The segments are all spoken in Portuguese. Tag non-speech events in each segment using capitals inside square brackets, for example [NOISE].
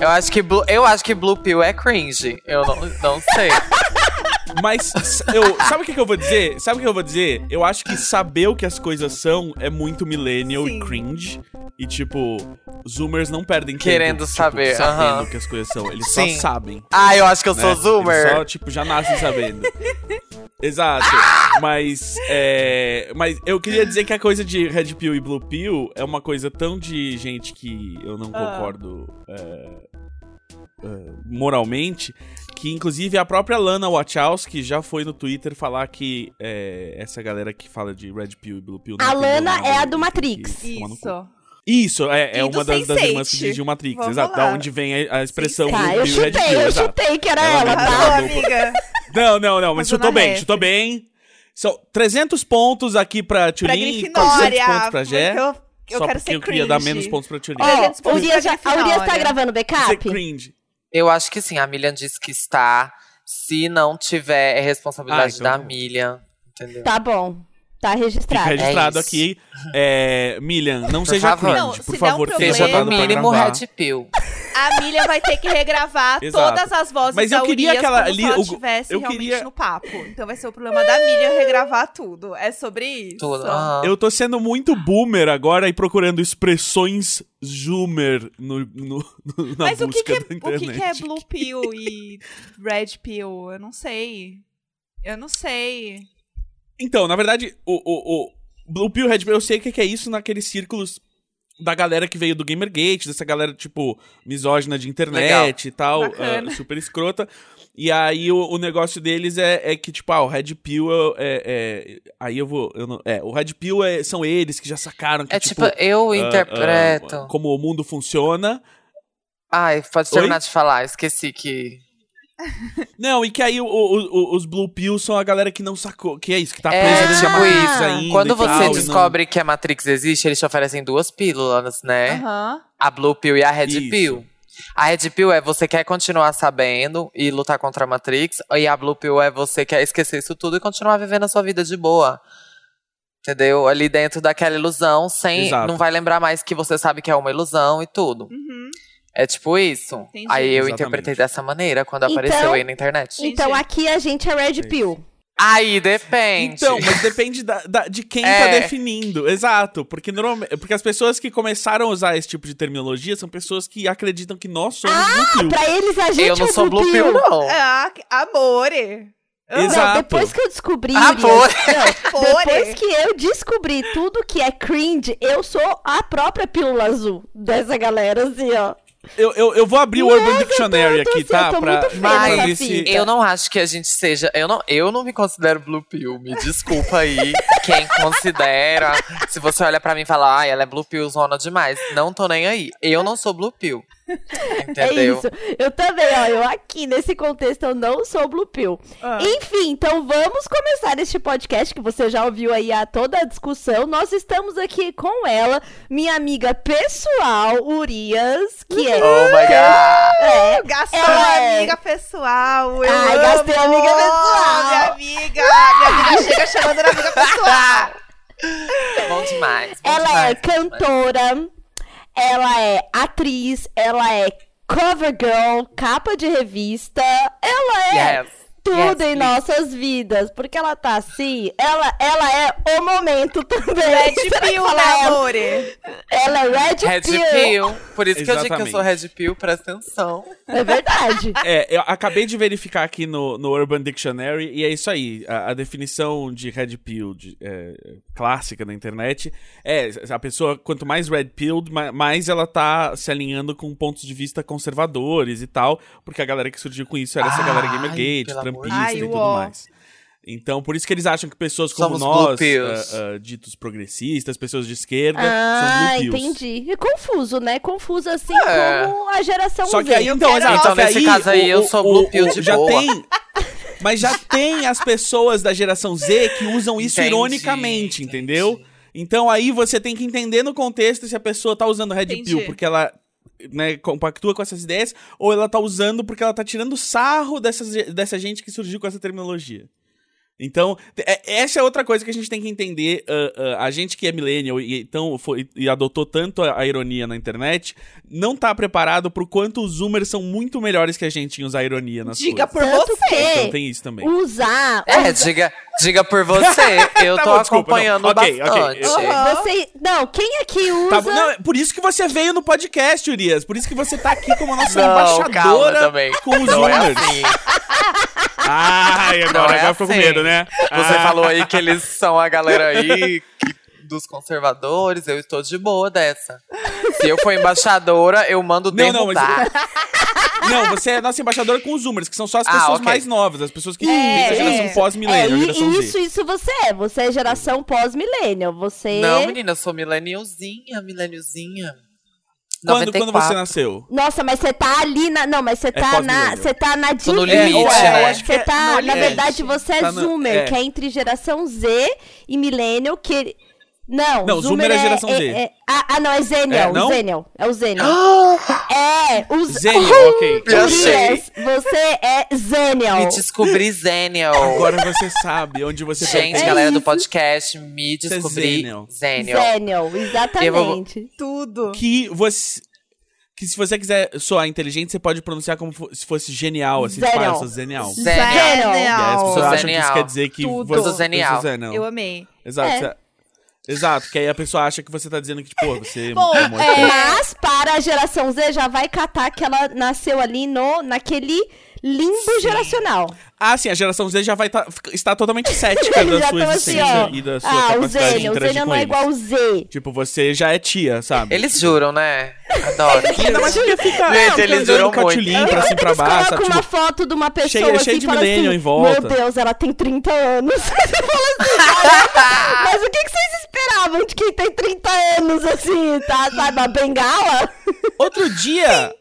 Eu acho que Blue, eu acho que Blue Pill é cringe. Eu não, não sei. Mas s- eu, sabe o que, que eu vou dizer? Sabe o que eu vou dizer? Eu acho que saber o que as coisas são é muito millennial e Sim. cringe. E tipo, zoomers não perdem tempo, Querendo tipo, saber, sabendo aham. o que as coisas são. Eles Sim. só sabem. Ah, eu acho que eu né? sou Eles só, zoomer. tipo, já nascem [LAUGHS] sabendo. Exato. Mas, é, mas eu queria dizer que a coisa de Red Pill e Blue Pill é uma coisa tão de gente que eu não Ah. concordo é, é, moralmente, que inclusive a própria Lana Wachowski já foi no Twitter falar que é, essa galera que fala de Red Pill e Blue Pill... não A entendeu Lana nada é a do Matrix. que- toma no cu. Isso. Isso, é, é E do uma das, das Sense8. irmãs que dirigiu Matrix, Vamos exato. lá. Da onde vem a, a expressão Tá, Blue eu Pill e Red Pill, chutei, eu exato. chutei que era Ela ela, mesmo. tá? Boa, dupla. amiga. Não, não, não, mas Mas eu chutou não bem, refre. chutou bem. São 300 pontos aqui pra Pra Tulin, 400 Grifinória. pontos pra Jé. porque Eu, eu só quero porque ser eu cringe. queria dar menos pontos pra Tulin. Ó, Trezentos o pontos Urias pra já, a Urias tá Grifinória. gravando Ser backup? cringe. Eu acho que sim, a Milian diz que está. Se não tiver, é responsabilidade Ah, então da tá bom. Milian. Entendeu? Tá bom. Tá Fica registrado. registrado É isso. aqui. É, Milian, não Por seja favor. cringe, Não, por se der um favor. problema- Seja seja no mínimo Red Pill. A Milha vai ter que regravar Exato. todas as vozes Mas da eu queria Urias que ela como se li- ela o- estivesse eu realmente queria- no papo. Então vai ser o problema da Milha regravar tudo. É sobre isso. Tudo. aham. Eu tô sendo muito boomer agora e procurando expressões zoomer no, no- [LAUGHS] no- Ah, na Mas o que, busca que, é, da o internet. que, que é Blue Pill e Red Pill? Eu não sei. Eu não sei. Então, na verdade, o, o, o Blue Pill Red Pill, eu sei o que que é isso naqueles círculos da galera que veio do Gamergate, dessa galera, tipo, misógina de internet e tal, Bacana. ah, super escrota. E aí o, o negócio deles é, é que, tipo, ah, o Red Pill é. é- é- aí eu vou. eu não- é, o Red Pill é- são eles que já sacaram que, É tipo, tipo. eu ah, interpreto. ah, como o mundo funciona. Ai, pode Oi? terminar de falar, esqueci que. Não, e que aí o- o- o- os Blue Pill são a galera que não sacou. Que é isso, que tá É, presa nesse tipo Matrix isso. ainda. e Quando você tal, e não- descobre que a Matrix existe, eles te oferecem duas pílulas, É? né? Aham. A Blue Pill e a Red Isso. Pill. A Red Pill é você quer continuar sabendo e lutar contra a Matrix. E a Blue Pill é você quer esquecer isso tudo e continuar vivendo a sua vida de boa. Entendeu? Ali dentro daquela ilusão, sem. Exato. Não vai lembrar mais que você sabe que é uma ilusão e tudo. Uhum. É tipo isso. Entendi. Aí eu Exatamente. interpretei dessa maneira quando Então- apareceu aí na internet. Então Entendi. aqui a gente é Red Pill. Aí depende. Então, mas depende da- da- de quem tá É. definindo. Exato. Porque, normalmente, porque as pessoas que começaram a usar esse tipo de terminologia são pessoas que acreditam que nós somos Blue Pill. Ah, Pra eles a gente eu não é sou Blue Pill, não. Ah, que- amore. Não, Exato. depois que eu descobri. Amor. Urias, não, Amore. depois que eu descobri tudo que é cringe, eu sou a própria pílula azul dessa galera, assim, ó. Eu, eu, eu vou abrir o Urban Dictionary eu tô aqui, assim, eu tá? tô Pra, muito assim. feia pra nessa ver fita. se... Eu não acho que a gente seja. Eu não, eu não me considero Blue Pill. Me desculpa aí. [LAUGHS] quem considera. Se você olha pra mim e fala, ai, ela é Blue Pill zona demais. Não tô nem aí. Eu não sou Blue Pill. É Entendeu? isso. Eu também, ó. Eu aqui, nesse contexto, eu não sou Blue Pill. Ah. Enfim, então vamos começar este podcast que você já ouviu aí a toda a discussão. Nós estamos aqui com ela, minha amiga pessoal, Urias, que é. Oh my [LAUGHS] god! é Gastou Ela é- amiga pessoal. Eu Ai, gastei amo. amiga pessoal. Minha amiga. Minha amiga chega chamando de [LAUGHS] amiga pessoal. Bom demais. bom ela demais. é cantora, ela é atriz, ela é cover girl, capa de revista, ela é. Yes. Yes, Tudo please. em nossas vidas, porque ela tá assim, ela, ela é o momento [LAUGHS] também. Você Red vai Pill, né, É falar ela. amore? Ela é Red, Red Pill. Pill. Por isso que eu digo que eu Exatamente. sou Red Pill, presta atenção. É verdade. É, eu acabei de verificar aqui no, no Urban Dictionary e é isso aí. A, a definição de red pill de, é, clássica na internet é a pessoa, quanto mais red pill, mais ela tá se alinhando com pontos de vista conservadores e tal, porque a galera que surgiu com isso era essa Ai, galera gamergate, pelo amor de trampista Deus. e Ai, tudo uó. mais. Então, por isso que eles acham que pessoas como Somos blue nós, pills. ah, ah, ditos progressistas, pessoas de esquerda, Ah, são blue pills. entendi. E confuso, né? Confuso assim É. como a geração Só que Z. aí, então, quero exato. Então, só que nesse caso aí, eu sou Blue Pill de já boa. Tem, mas já tem as pessoas da geração Z que usam isso Entendi, ironicamente, entendi. entendeu? Então aí você tem que entender no contexto se a pessoa tá usando Red Entendi. Pill porque ela né, compactua com essas ideias, ou ela tá usando porque ela tá tirando sarro dessas, dessa gente que surgiu com essa terminologia. Então, te- é- essa é outra coisa que a gente tem que entender. ah, ah, a gente que é millennial e, então, foi, e adotou tanto a, a ironia na internet, não tá preparado pro quanto os zoomers são muito melhores que a gente em usar ironia nas Diga coisas. por Tanto você. Então que tem isso também. usar. É, diga, diga por [LAUGHS] você. Eu Tá tô bom, desculpa, acompanhando não. Ok, ok, bastante. eu- Uhum. Aham. Você, não, quem aqui usa. Tá bom, não, é por isso que você veio no podcast, Urias. Por isso que você tá aqui como a nossa [LAUGHS] Não, calma embaixadora também. com os Não é zoomers. assim. Ai, agora, Não é agora ficou com assim. medo, né? Você Ah. falou aí que eles são a galera aí que- dos conservadores. Eu estou de boa dessa. Se eu for embaixadora, eu mando Não, não, mas- derrubar. Não, você é a nossa embaixadora com os zoomers, que são só as Ah, pessoas ok. mais novas, as pessoas que É, têm a geração é. É, pós-milênio, a e- geração e Z. isso, isso você é. Você é geração pós-millennial. Você. Não, menina, eu sou millennialzinha, millennialzinha. Quando, quando você 94. nasceu? Nossa, mas você tá ali na. Não, mas É você tá na. pós-millennial. Você tá na Tô no divisa. limite, É, né? eu acho que Você é tá. no na limite. verdade, você é Tá no- Zoomer, é. que é entre geração Z e Millennial, que. Não, Não, Zoomer é geração é, Z. é- ah, ah, não, é É, Zenial. não? Zenial. É [GASPS] o Zenial. Ah, é, os. Zenial, [LAUGHS] ok. Eu Urias, você é Zenial. me descobri Zenial. Agora você sabe onde você Gente, pertence. É galera do isso. podcast, me Você é descobri Zenial. Zenial. Zenial, exatamente. Tudo. que você. Que se você quiser soar inteligente, você pode pronunciar como fo- se fosse genial, assim, tipo, ah, eu sou genial. Zé- E aí as pessoas Sou acham que isso genial. quer dizer que Tudo. você Sou genial. Eu sou genial. Eu amei. Exato. É. você- Exato, que aí a pessoa acha que você tá dizendo que, tipo, pô, [LAUGHS] você Bom, é muito é, Mas para a geração Z já vai catar que ela nasceu ali no naquele limbo geracional. Ah, sim, a geração Z já vai tá, fica- estar totalmente [LAUGHS] cética Eles da já sua tão assim, existência ó. e da sua Ah, o capacidade de Zênio, o interagir Zênio com não é eles. igual o Z. Tipo, você já é tia, sabe? Eles juram, né? Adoro. Ainda [LAUGHS] mais [LAUGHS] que fica "Ah, Gente, eles andando duram com a muito. tilinha pra cima e pra Eles baixo, colocam sabe? uma Tipo, foto de uma pessoa cheio- assim cheio e de fala assim, millennial em volta. meu Deus, ela tem 30 anos. [LAUGHS] Você fala assim, "Caraca, mas o que, que vocês esperavam de quem tem 30 anos assim, tá? Sabe, uma bengala? outro dia...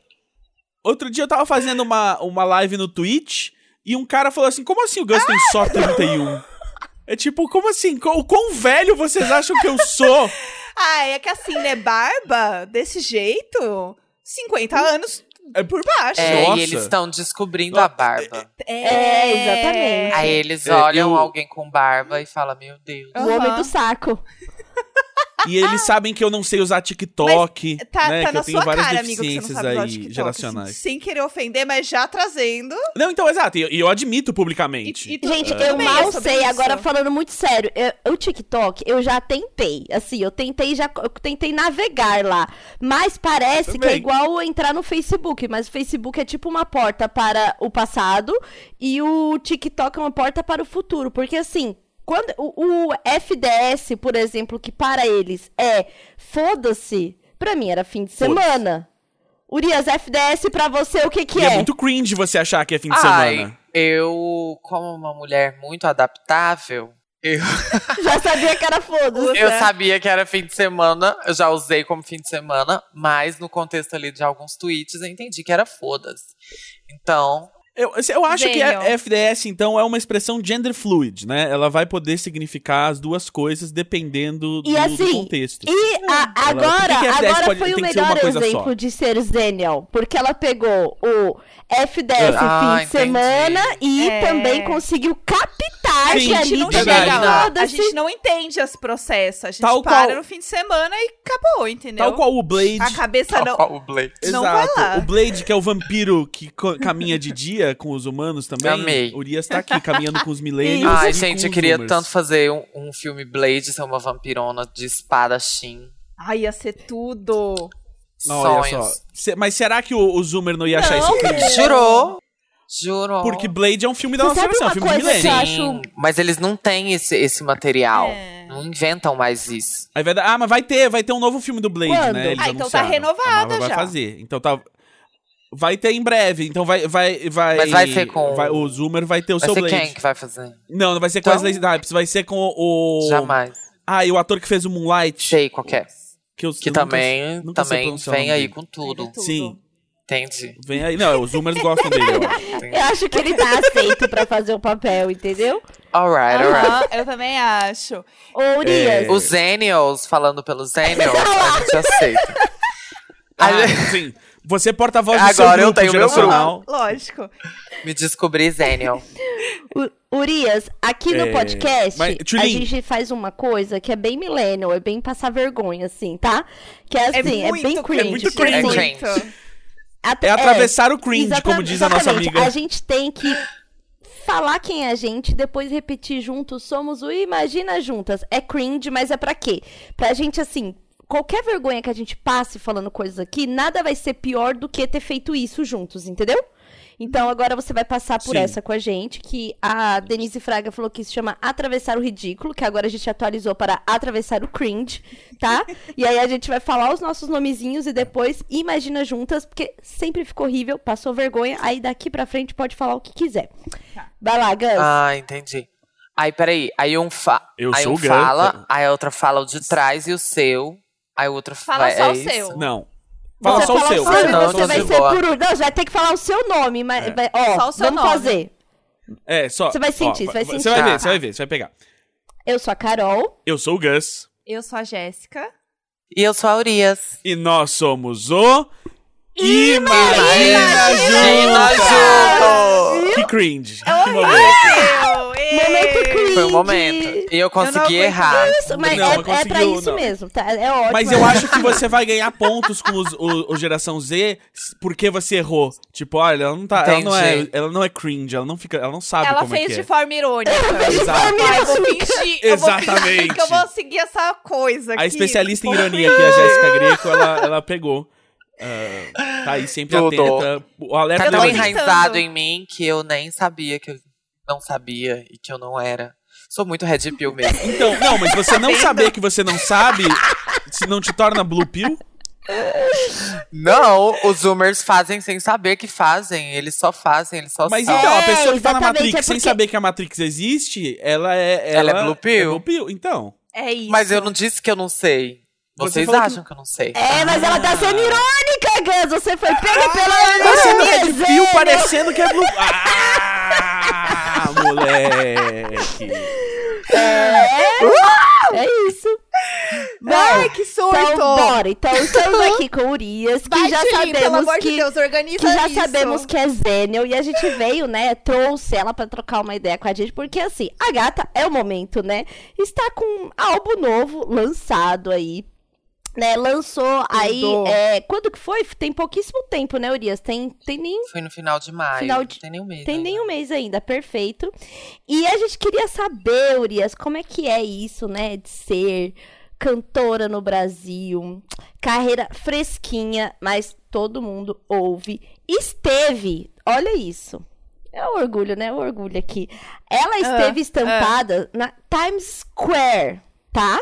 Outro dia eu tava fazendo uma, uma live no Twitch e um cara falou assim, como assim o Gus tem só 31? É tipo, como assim? Co- O quão velho vocês acham que eu sou? Ah, é que assim, né? Barba desse jeito, 50 anos É- por baixo. É, Nossa. e eles estão descobrindo Nossa, a barba. É, exatamente. Aí eles É, olham eu- alguém com barba e falam, meu Deus. O homem Aham. do saco. E eles sabem que eu não sei usar TikTok, Tá, né? que tá eu na tenho sua várias cara, amigo, que você deficiências não sabe usar o aí TikTok. assim, geracionais. sem querer ofender, mas já trazendo. Não, então, exato. E eu, e eu admito E, publicamente. e tu- Gente, tudo eu bem, mal é sobre sei, isso. agora falando muito sério, eu, o TikTok, eu já tentei, assim, eu tentei já, eu tentei navegar lá, mas parece que Também. é igual entrar no Facebook, mas o Facebook é tipo uma porta para o passado e o TikTok é uma porta para o futuro, porque assim, quando o, o FDS, por exemplo, que para eles é foda-se, pra mim era fim de Foda-se. semana. Urias, FDS pra você o que que E é? é muito cringe você achar que é fim de Ai, semana. eu, como uma mulher muito adaptável, eu, Já sabia que era foda-se. eu né? é. sabia que era fim de semana, eu já usei como fim de semana, mas no contexto ali de alguns tweets eu entendi que era foda-se. Então, Eu, assim, eu acho que Genial. a FDS, então, é uma expressão gender fluid, né? Ela vai poder significar as duas coisas dependendo do, E do assim, contexto. E a- agora, por que que FDS agora pode- foi o tem que ser uma melhor coisa só? exemplo de ser Zenial, porque ela pegou o FDS Ah, fim de semana e É. também conseguiu captar A Sim, que gente ali não tem verdade. chega lá. A foda-se. gente não entende esse processo. A gente Tal para qual- no fim de semana e acabou, entendeu? Tal qual o Blade. A cabeça tal Ah, não. qual o Blake. não Exato. vai lá. O Blade, que é o vampiro que co- caminha de dia com os humanos também. Amei. Urias tá aqui caminhando com os milênios. Ai, e gente, com eu os queria zoomers. tanto fazer um, um filme Blade, ser uma vampirona de espadachim. Ai, ia ser tudo. Olha Sonhos. só. Se- mas será que o, o Zoomer não ia achar isso Não, cringe? Jurou? Jurou. Porque Blade é um filme da nossa Você sabe geração, é um uma filme de coisa assim, que milênio. eu Sim, mas eles não têm esse, esse material. É. Não inventam mais isso. Aí vai dar- Ah, mas vai ter, vai ter um novo filme do Blade, Quando? né? Eles Ah, então tá anunciaram. renovada A Marvel Vai já. fazer. Então tá. Vai ter em breve. Então vai. vai, vai Mas vai ser com- vai- o Zoomer vai ter o Vai seu ser Blade. quem que vai fazer? Não, não vai ser com Então? Wesley Snipes, vai ser com o. Jamais. Ah, e o ator que fez o Moonlight. Sei qual que é. Que, eu, Que eu nunca- também, nunca sei também pronunciar o vem nome aí dele. com tudo. Tudo. Sim. Entendi. Vem aí. Não, os Zoomers gostam dele. eu [LAUGHS] acho. Eu acho que ele [LAUGHS] tá aceito pra fazer o papel, entendeu? Alright, alright. Aham, eu também acho. Ô, Urias, É. Os Zenials, falando pelos Zenials, a gente aceita. Ah, A gente- sim. Você é porta-voz do seu né? Agora eu grupo tenho meu grupo. geracional. Lógico. Me descobri Zenial. U- Urias, aqui no É, podcast, mas, a Tchulin. gente faz uma coisa que é bem millennial, é bem passar vergonha, assim, tá? Que é É assim, é, muito bem cringe. é muito porque, cringe. assim, É cringe. at- É atravessar o cringe, exata- como diz a nossa exatamente. amiga. A gente tem que falar quem é a gente, depois repetir juntos, somos o Imagina Juntas. É cringe, mas é pra quê? Pra gente, assim, qualquer vergonha que a gente passe falando coisas aqui, nada vai ser pior do que ter feito isso juntos, entendeu? Então agora você vai passar por Sim. essa com a gente, que a Denise Fraga falou que se chama Atravessar o Ridículo, que agora a gente atualizou para Atravessar o Cringe, tá? e aí a gente vai falar os nossos nomezinhos e depois imagina juntas, porque sempre ficou horrível, passou vergonha, aí daqui pra frente pode falar o que quiser. Vai lá, Gus. Ah, entendi. Aí, peraí. Aí um, fa Eu aí sou um o Gus. fala, aí a outra fala o de trás e o seu. Aí o outro Fala vai- só é o isso? seu. Não. Fala você só o fala seu. e Não, você não, vai não. ser por um. Não, você vai ter que falar o seu nome, mas. vai- Ó, Só o seu vamos nome. fazer. É, só. Você vai sentir, ó, você vai Você sentir. vai ver, Tá. você vai ver, você vai pegar. Eu sou a Carol. Eu sou o Gus. Eu sou a [LAUGHS] Jéssica. E eu sou a Urias. E nós somos o. Imagina Imagina junto! Que cringe. Que Eu, Momento cringe. Foi o momento. E eu consegui aguento errar. Isso, mas Não, mas é, é pra conseguiu, isso não. mesmo, tá? É ótimo. Mas eu acho que você vai ganhar pontos com os, o, o Geração Z porque você errou. Tipo, olha, ela não tá. Ela não, é, Entendi. ela não é cringe, ela não fica. Ela não sabe Ela como fez é que de é. forma irônica. de Exato. forma Vai, eu vou irônica. fingir- eu vou fingir Exatamente. que eu vou seguir essa coisa A aqui. especialista em ironia aqui, a Jéssica Greco, ela, ela pegou. Ah, tá aí sempre Tudo. atenta. O alerta Tá Eu tô tão permanente. tentando. enraizado em mim que eu nem sabia que eu não sabia e que eu não era. Sou muito red pill mesmo. Então, não, mas você não saber que você não sabe, se não te torna blue pill? [LAUGHS] não, os Zoomers fazem sem saber que fazem. Eles só fazem, eles só Mas são. então, a É, pessoa que tá na exatamente, Matrix é sem porque- saber que a Matrix existe, ela é. Ela é blue pill. Então. É isso. Mas eu não disse que eu não sei. Você Vocês falou que- acham que... eu não sei. É, mas ela tá Ah. sendo irônica, Gus. Você foi pega pela Você não ironia, é de Zé. fio parecendo que é blue. Ah, moleque. É isso. Ai, que surto! Então, bora. Então, estamos aqui com o Urias, que Vai, já Tilly, pelo sabemos amor que... de Deus, organiza que já isso. sabemos que é Zênio e a gente veio, né, trouxe ela pra trocar uma ideia com a gente, porque assim, a gata é o momento, né? Está com um álbum novo lançado aí. Né, lançou aí. Tudo. é, quando que foi? Tem pouquíssimo tempo, né, Urias? Tem, tem nem Foi no final de maio. Final de- Não tem nem um mês. tem ainda. nem um mês ainda, perfeito. E a gente queria saber, Urias, como é que é isso, né, de ser cantora no Brasil, carreira fresquinha, mas todo mundo ouve. Esteve, olha isso. É um orgulho, né? É um orgulho aqui. Ela esteve estampada na Times Square, tá?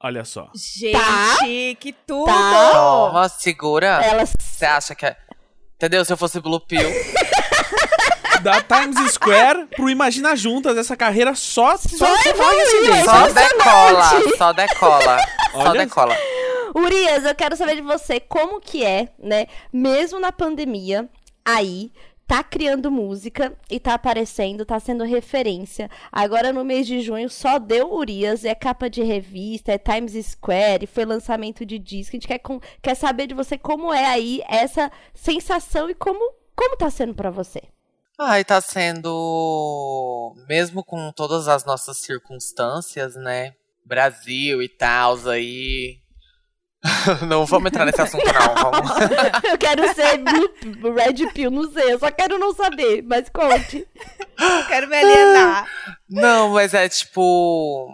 Olha só. Gente, que tudo! Tá. Toma, segura. Ela Você acha que é. Entendeu? Se eu fosse Blue Pill. Da Times Square pro Imagina Juntas, essa carreira só. Só, evoluiu, acidente. só- Só decola, só decola. Só Olha- decola. Urias, eu quero saber de você como que é, né? Mesmo na pandemia, aí tá criando música e tá aparecendo, tá sendo referência. Agora no mês de junho só deu Urias, é capa de revista, é Times Square, foi lançamento de disco. A gente quer, com- quer saber de você como é aí essa sensação e como como tá sendo pra você. [LAUGHS] Ai, tá sendo. Mesmo com todas as nossas circunstâncias, né? Brasil e tal, aí. [LAUGHS] não vamos entrar nesse assunto, não. Vamos... Eu quero ser blue- Red Pill, não sei, eu só quero não saber, mas conte. Eu quero me alienar. Não, mas é tipo.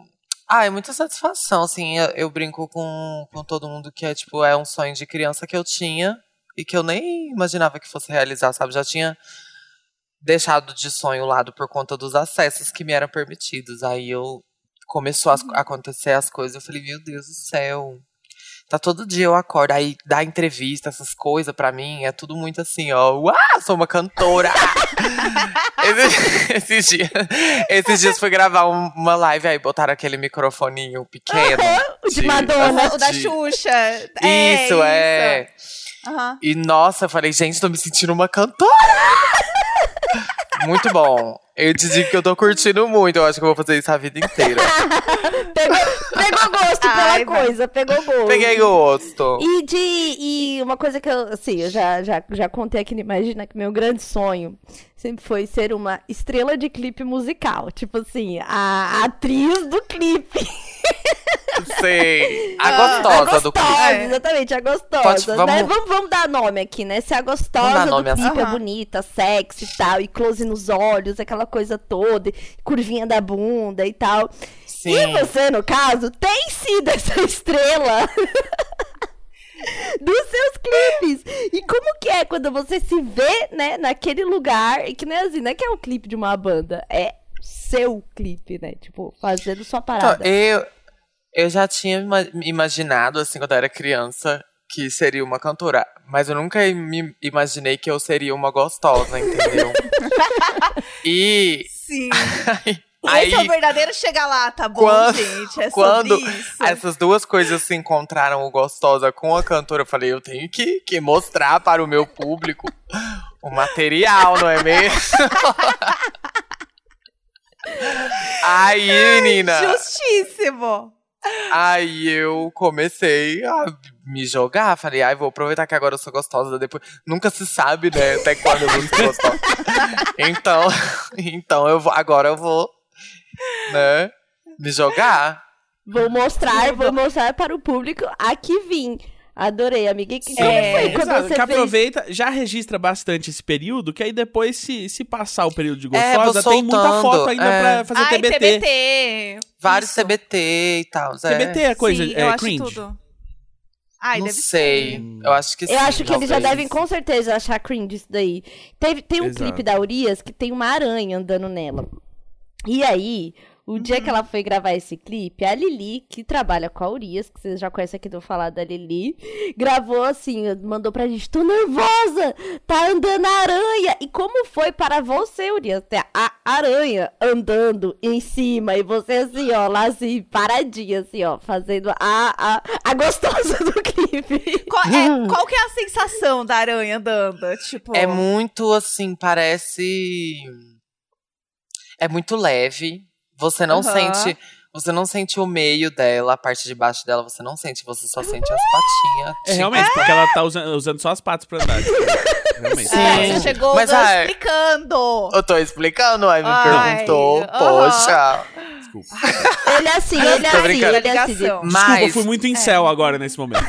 Ah, é muita satisfação, assim. Eu, eu brinco com, com todo mundo que é, tipo, é um sonho de criança que eu tinha e que eu nem imaginava que fosse realizar, sabe? Já tinha deixado de sonho lado por conta dos acessos que me eram permitidos. Aí eu começou a as- acontecer as coisas, eu falei, meu Deus do céu. Tá todo dia eu acordo, aí dá entrevista, essas coisas pra mim, é tudo muito assim, ó, uau, sou uma cantora. [LAUGHS] Esse- esses, dias, esses dias fui gravar um- uma live, aí botaram aquele microfoninho pequeno. O de Tá. Madonna. O da de- Xuxa. Tá. Isso, é. Aham. E nossa, eu falei, gente, tô me sentindo uma cantora. [LAUGHS] Muito bom. Eu te digo que eu tô curtindo muito. Eu acho que eu vou fazer isso a vida inteira. Pegou, pegou gosto pela Ai, vai. coisa, pegou gosto. Peguei gosto. E de e uma coisa que eu, assim, eu já, já, já contei aqui, no imagina que meu grande sonho sempre foi ser uma estrela de clipe musical, tipo assim, a atriz do clipe. Sei. A gostosa do clipe. é gostosa, clipe. Exatamente, a gostosa. Pode- né? vamos- vamos... Vamos, dar nome aqui, né? Se a Vamos dar gostosa nome do assim. clipe é Aham. bonita, sexy e tal, e close nos olhos, aquela coisa toda, e curvinha da bunda e tal. E Sim. você, no caso, tem sido essa estrela [LAUGHS] dos seus clipes. E como que é quando você se vê, né, naquele lugar, e que não é assim, não é que é um clipe de uma banda, é seu clipe, né? Tipo, fazendo sua Então, parada. eu, eu já tinha ima- imaginado, assim, quando eu era criança, que seria uma cantora. Mas eu nunca me imaginei que eu seria uma gostosa, entendeu? e Sim. aí, Esse é o verdadeiro chegar lá, tá bom, Quando- gente? É quando sobre isso. essas duas coisas se encontraram, o gostosa com a cantora, eu falei, eu tenho que, que mostrar para o meu público o material, não é [LAUGHS] mesmo? Aí, menina. Justíssimo. Aí eu comecei a me jogar. Falei, ai, vou aproveitar que agora eu sou gostosa. Depois... Nunca se sabe, né? Até quando eu vou ser gostosa. Então, [LAUGHS] então eu vou, agora eu vou, né? Me jogar. Vou mostrar, vou mostrar para o público a que vim. Adorei, amiga. E que- como É, foi quando Exato, que você fez? aproveita, já registra bastante esse período, que aí depois, se, se passar o período de É, gostosa, vou tem muita soltando, foto ainda é. pra fazer Ai, TBT. TBT. TBT. Vários Isso. TBT e tal. Zé. é coisa, Sim, eu é acho cringe. tudo. Ai, Não deve sei. ser. Eu acho que sim. Eu acho que eles já talvez. devem com certeza achar cringe isso daí. Teve, tem um Exato. clipe da Urias que tem uma aranha andando nela. E aí, o dia que ela foi gravar esse clipe, a Lili, que trabalha com a Urias, que vocês já conhecem aqui do Falar da Lili, gravou assim, mandou pra gente, tô nervosa, tá andando a aranha. E como foi para você, Urias, ter a aranha andando em cima e você assim, ó, lá assim, paradinha, assim, ó, fazendo a, a, a gostosa do clipe. Qual, Hum. é, qual que é a sensação da aranha andando? Tipo, É muito assim, parece. É muito leve. Você não Aham. sente. Você não sente o meio dela, a parte de baixo dela, você não sente, você só sente as patinhas. tipo É realmente, porque ela tá usa- usando, só as patas pra andar. tipo, realmente. Sim. É, você chegou Mas, não ai, explicando. Eu tô explicando, aí me Ai, perguntou. aham. Poxa. Desculpa. Ele é assim, ele é Ah, Tô assim, brincando. ele é assim. Ligação. Desculpa, eu Mas. fui muito em É. céu agora nesse momento.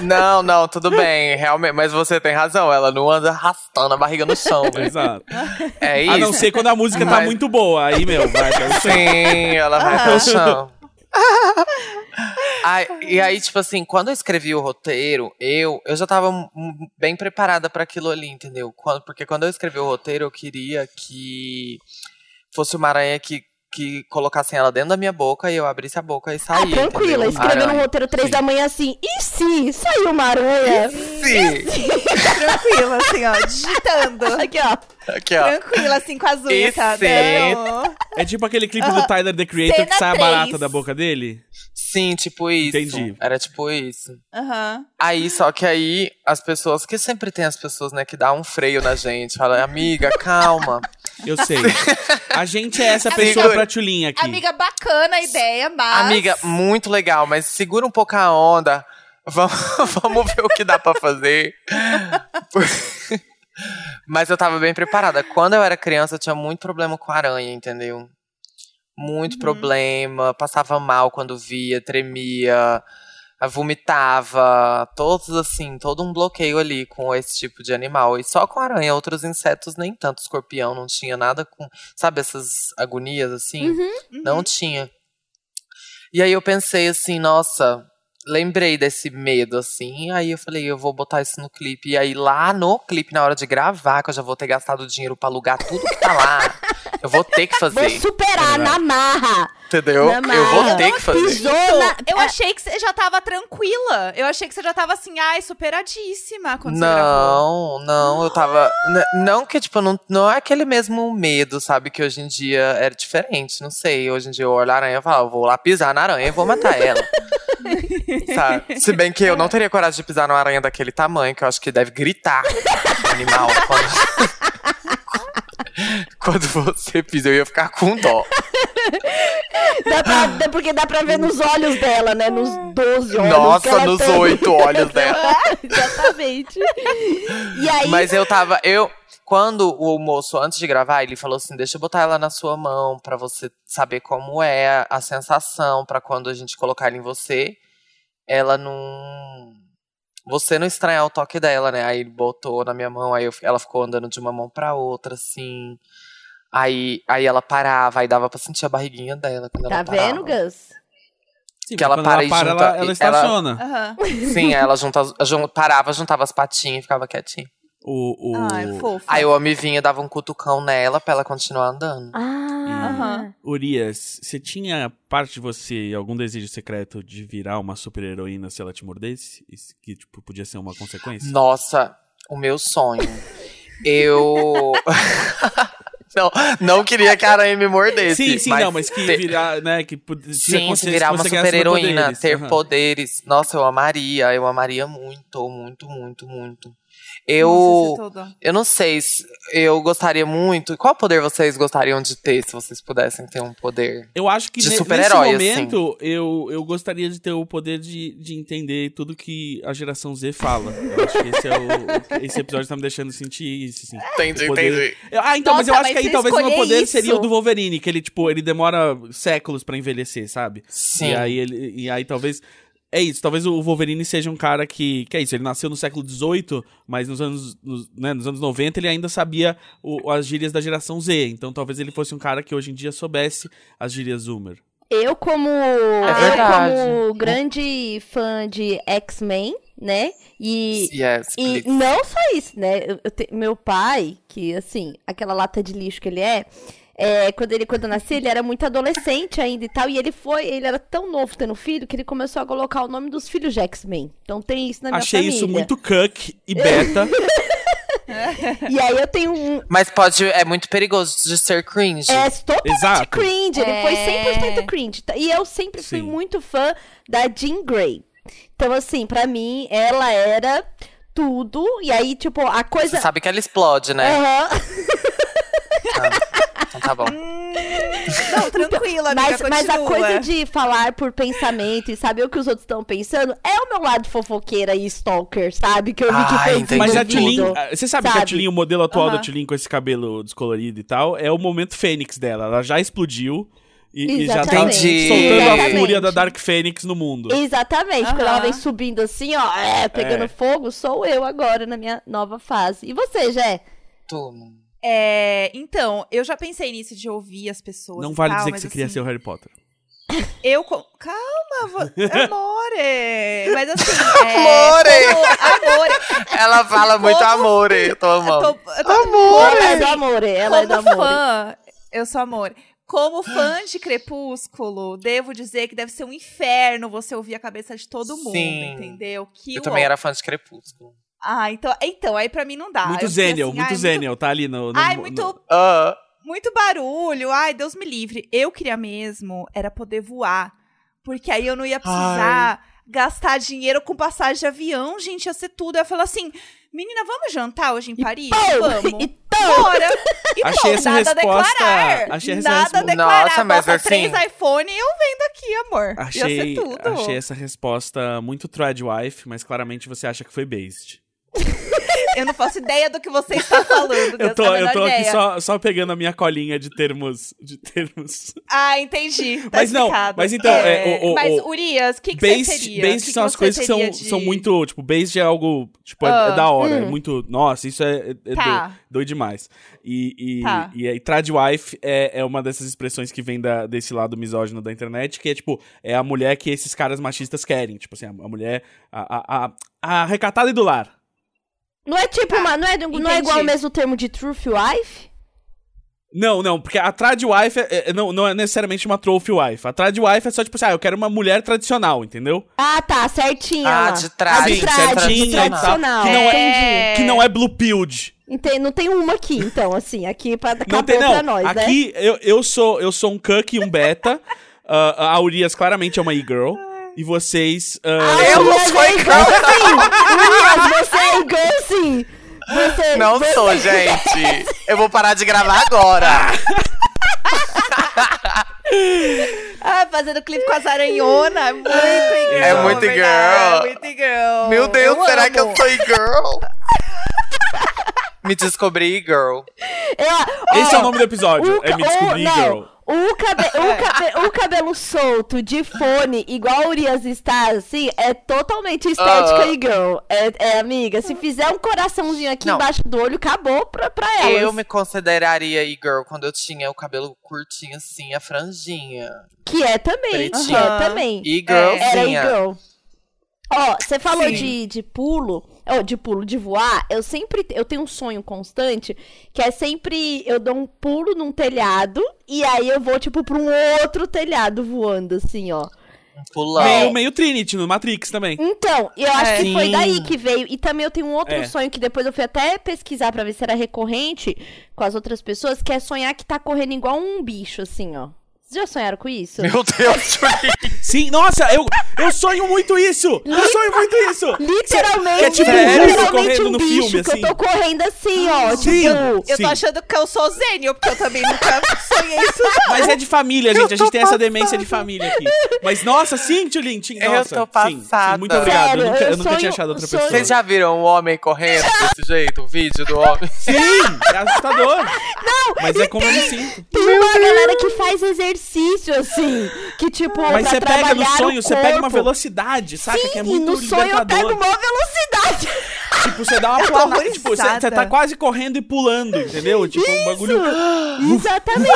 Não, não, tudo bem. Realmente, mas você tem razão. Ela não anda arrastando a barriga no [LAUGHS] chão. né? Exato. É isso. A não ser quando a música tá Mas- muito boa. Aí, meu, vai, eu sei. Sim, ela vai até o chão. Ai, e aí, tipo assim, quando eu escrevi o roteiro, eu, eu já tava m- m- bem preparada pra aquilo ali, entendeu? Quando- porque quando eu escrevi o roteiro, eu queria que fosse uma aranha que, que colocassem ela dentro da minha boca e eu abrisse a boca e Ah, Ah, saísse. tranquila, escrevendo um aranha. roteiro três da manhã assim. E se saiu uma aranha? Sim, Tranquilo, assim, ó, digitando. Aqui, ó. aqui, ó. Tranquilo, assim, com as unhas, Esse- sabe? É tipo aquele clipe do Tyler, The Creator, Cena que sai a três. barata da boca dele. Sim, tipo isso. Entendi. Era tipo isso. Aham. Aí, só que aí, as pessoas, que sempre tem as pessoas, né, que dá um freio na gente, fala, amiga, calma. Eu sei. A gente é essa Segura. pessoa pra tchulinha aqui. Amiga, bacana a ideia, mas... Amiga, muito legal, mas segura um pouco a onda. Vamos, [LAUGHS] vamos ver o que dá pra fazer. Por- mas eu tava bem preparada. Quando eu era criança, eu tinha muito problema com aranha, entendeu? Muito problema. Passava mal quando via, tremia, vomitava. Todos assim, todo um bloqueio ali com esse tipo de animal. E só com aranha, outros insetos nem tanto. Escorpião não tinha nada com. Sabe essas agonias assim? Não tinha. E aí eu pensei assim, nossa, lembrei desse medo, assim. Aí eu falei, eu vou botar isso no clipe. E aí lá no clipe, na hora de gravar, que eu já vou ter gastado dinheiro pra alugar tudo que tá lá. eu vou ter que Vou fazer, superar Uhum. na marra. entendeu? na marra. Eu vou Eu ter que fazer. acredito. Então, Zona- eu achei que você já tava tranquila. Eu achei que você já tava assim, ai, superadíssima quando você gravou. Não, não, eu [GASPS] tava. n- Não que, tipo, não, não é aquele mesmo medo, sabe? Que hoje em dia era diferente, não sei. Hoje em dia eu olho a aranha e falo, vou lá pisar na aranha e vou matar ela. [LAUGHS] sabe? Se bem que eu não teria coragem de pisar numa aranha [LAUGHS] daquele tamanho, que eu acho que deve gritar o animal. quando- [LAUGHS] Quando você pisa, eu ia ficar com dó. Dá Ah. pra- dá- porque dá pra ver nos olhos dela, né? Nos 12 olhos. que Nossa, ela nos tem. oito olhos dela. [LAUGHS] Exatamente. E aí. Mas eu tava. Eu. Quando o moço, antes de gravar, ele falou assim: deixa eu botar ela na sua mão pra você saber como é a sensação, pra quando a gente colocar ela em você, ela não. Você não estranhar o toque dela, né? Aí ele botou na minha mão, aí eu fi- ela ficou andando de uma mão pra outra, assim. Aí, aí ela parava, aí dava pra sentir a barriguinha dela. Quando Tá ela parava. vendo, Gus? Sim, Que ela quando para e junta- ela, e ela- ela estaciona. Aham. Sim, aí ela junta, jun- parava, juntava as patinhas e ficava quietinha. O, o... Ai, fofo. Aí o homem vinha, dava um cutucão nela pra ela continuar andando. Ah. Aham. Urias, você tinha parte de você algum desejo secreto de virar uma super-heroína se ela te mordesse? Isso que, tipo, podia ser uma consequência? Nossa, o meu sonho. Eu. [LAUGHS] não, não queria que a aranha me mordesse. Sim, sim, mas não, mas que ter- virar, né, que podia Sim, se virar uma super heroína, ter poderes. Nossa, eu amaria, eu amaria muito, muito, muito, muito. Eu. Nossa, isso é tudo. eu não sei, se- eu gostaria muito. Qual poder vocês gostariam de ter se vocês pudessem ter um poder? Eu acho que De ne- nesse super-herói, assim. momento eu, eu gostaria de ter o poder de, de entender tudo que a geração Z fala. Eu acho que esse, é o- esse episódio tá me deixando sentir isso, assim. Entendi, O poder- Eu- ah, então, mas Nossa, eu acho mas que aí você talvez o meu escolher poder seria o isso. do Wolverine, que ele, tipo, ele demora séculos pra envelhecer, sabe? Sim. E aí ele. E aí talvez. É isso, talvez o Wolverine seja um cara que. Que é isso, ele nasceu no século XVIII, mas nos anos, nos, né, nos anos 90 ele ainda sabia o- as gírias da geração Z. Então talvez ele fosse um cara que hoje em dia soubesse as gírias Zoomer. Eu, como. É verdade. eu, como grande fã de X-Men, né? E. Yes, E please. não só isso, né? Eu- eu te- meu pai, que assim, aquela lata de lixo que ele é, é, quando ele quando eu nasci, ele era muito adolescente ainda e tal. E ele foi, ele era tão novo tendo filho que ele começou a colocar o nome dos filhos de X-Men. Então tem isso na minha Achei família. isso muito cuck e beta. E aí eu tenho um. Mas pode. É muito perigoso de ser cringe. É totalmente Exato. cringe. Ele foi É. 100% cringe. tá? E eu sempre fui Sim. muito fã da Jean Grey. Então, assim, pra mim, ela era tudo. E aí, tipo, a coisa. Você sabe que ela explode, né? Aham. Então tá bom. Hum. Não, tranquila, amiga, Mas, mas a continua. coisa de falar por pensamento e saber o que os outros estão pensando é o meu lado fofoqueira e stalker, sabe? Que eu vi que Ah, fez entendi. Mas a Duvido. Tilin. ah, Você sabe, que a Sabe? Tilin, o modelo atual da Aham. Tilin com esse cabelo descolorido e tal, é o momento Fênix dela. Ela já explodiu e, e já tá Exatamente. Entendi. soltando a Exatamente. fúria da Dark Fênix no mundo. Exatamente, quando Aham. ela vem subindo assim, ó, é, pegando É. fogo, sou eu agora na minha nova fase. E você, Jé? Tu- É, então, eu já pensei nisso de ouvir as pessoas. Não e vale tal, dizer que mas você queria assim, ser o Harry Potter. Eu. co- Calma, vo- amore! Mas assim. É, Amore! como- amore! Ela fala muito amor, eu tô amando. Tô- eu tô- Ela é do amor, ela é do como amor. fã, eu sou amor. Como fã de Crepúsculo, devo dizer que deve ser um inferno você ouvir a cabeça de todo mundo, Sim. entendeu? Que Eu o- também era fã de Crepúsculo. Ah, então, então aí pra mim não dá. muito Eu fiquei Zenial, assim, muito ai, Zenial, tá ali no. no- Ai, no- muito Ah, muito barulho, ai, Deus me livre. Eu queria mesmo era poder voar, porque aí eu não ia precisar gastar dinheiro com passagem de avião, gente, ia ser tudo. Eu ia falar assim, menina, vamos jantar hoje em Paris? Vamos. Então, [LAUGHS] Bora! E Achei pronto, essa nada a resposta- declarar. achei essa nada a resposta- declarar. Nossa, mas Bota assim- três iPhone e eu vendo aqui, amor. Ia Achei, ser tudo. achei essa resposta muito tradwife, mas claramente você acha que foi based. Eu não faço ideia do que você [LAUGHS] está falando. Eu Deus, é tá tô, a eu menor tô aqui ideia. só, só pegando a minha colinha de termos. De termos. Ah, entendi. Tá Mas não, explicado. mas então, é, o- o- mas, o- Urias, o que, que você Based, seria? based Que que são as você coisas que são, seria de- são muito. Tipo, based é algo. Tipo, é- Ah. é da hora. É Hum. muito. Nossa, isso é, é é Tá. do- doido demais. E, e, Tá. e aí, tradwife é, é uma dessas expressões que vem da- desse lado misógino da internet, que é tipo, é a mulher que esses caras machistas querem. Tipo assim, a, a mulher. A, a, a, a recatada e do lar. não é tipo uma. Não é, não é entendi. igual o mesmo termo de Truth Wife? Não, não, porque a tradwife é, é- não, não é necessariamente uma trophy wife. A tradwife é só tipo assim, ah, eu quero uma mulher tradicional, entendeu? Ah, tá, certinha. Ah, lá. de trás, Ah, de Sim, trás, certinha e tal. tradicional. Que não Entendi. Que não é blue pilled. Ente- Não tem uma aqui, então, assim. Aqui pra, acabou Não tem, não. pra nós, né? Aqui eu, eu sou eu sou um cuck e um beta. [LAUGHS] Ah, a Urias claramente é uma e-girl. E vocês. ah, Eu não sou Urias é igual, igual, sim! Urias, você é igual, sim! Você, Não você- sou, gente. Eu vou parar de gravar agora. Ah, fazendo clipe com as aranhona. É muito girl. É muito verdade, girl. É muito girl. Meu Deus, Eu será amo. que eu sou e-girl? Me descobri e-girl. [LAUGHS] É, Esse é o ó, nome do episódio. o é ca- Me o- Descobri, Um não, Girl. O, cabe- o cabe- o cabelo solto, de fone, igual a Urias está, assim, é totalmente estética Ah. e girl. É, é, amiga, se fizer um coraçãozinho aqui Não. embaixo do olho, acabou pra, pra elas. Eu me consideraria e-girl quando eu tinha o cabelo curtinho assim, a franjinha. Que é também, que Pretinha. é também. Era E-girlzinha. e-girl. Ó, você falou Sim. de, de pulo, ó, de pulo, de voar. Eu sempre, eu tenho um sonho constante, que é sempre, eu dou um pulo num telhado, e aí eu vou, tipo, pra um outro telhado voando, assim, ó. um Pulão. Meio, meio Trinity no Matrix também. Então, eu acho É. que foi Sim. daí que veio. E também eu tenho um outro É. sonho que depois eu fui até pesquisar pra ver se era recorrente com as outras pessoas, que é sonhar que tá correndo igual um bicho, assim, ó. Vocês já sonharam com isso? Meu Deus, Julie. Sim, nossa, eu, eu sonho muito isso! Eu sonho muito isso! Literalmente, É tipo um urso literalmente correndo um no bicho filme, que assim. eu tô correndo assim, ó. Sim. Tipo, Eu Sim. tô achando que eu sou zênio, porque eu também nunca sonhei isso. Mas é de família, gente. A gente tem essa demência de família aqui. Mas, nossa, sim, Tulin. ti- Eu Nossa, tô sim, sim, passada. muito obrigado. Sério, eu nunca, eu eu nunca sonho- um tinha achado outra sonho- pessoa. [LAUGHS] Vocês já viram o homem correndo desse jeito? O vídeo do homem? Sim, é assustador. Não, Mas é como eu me sinto. tem uma galera que faz exercício, assim. Que, tipo, Mas pra você pega no trabalhar o sonho, você pega uma corpo. velocidade, saca? Sim, que é e muito no sonho eu libertador. pego uma velocidade. Tipo, você dá [LAUGHS] uma Eu tô planada. Tipo, você, horrorizada. você tá quase correndo e pulando, entendeu? Tipo, um bagulho. [GASPS] Exatamente.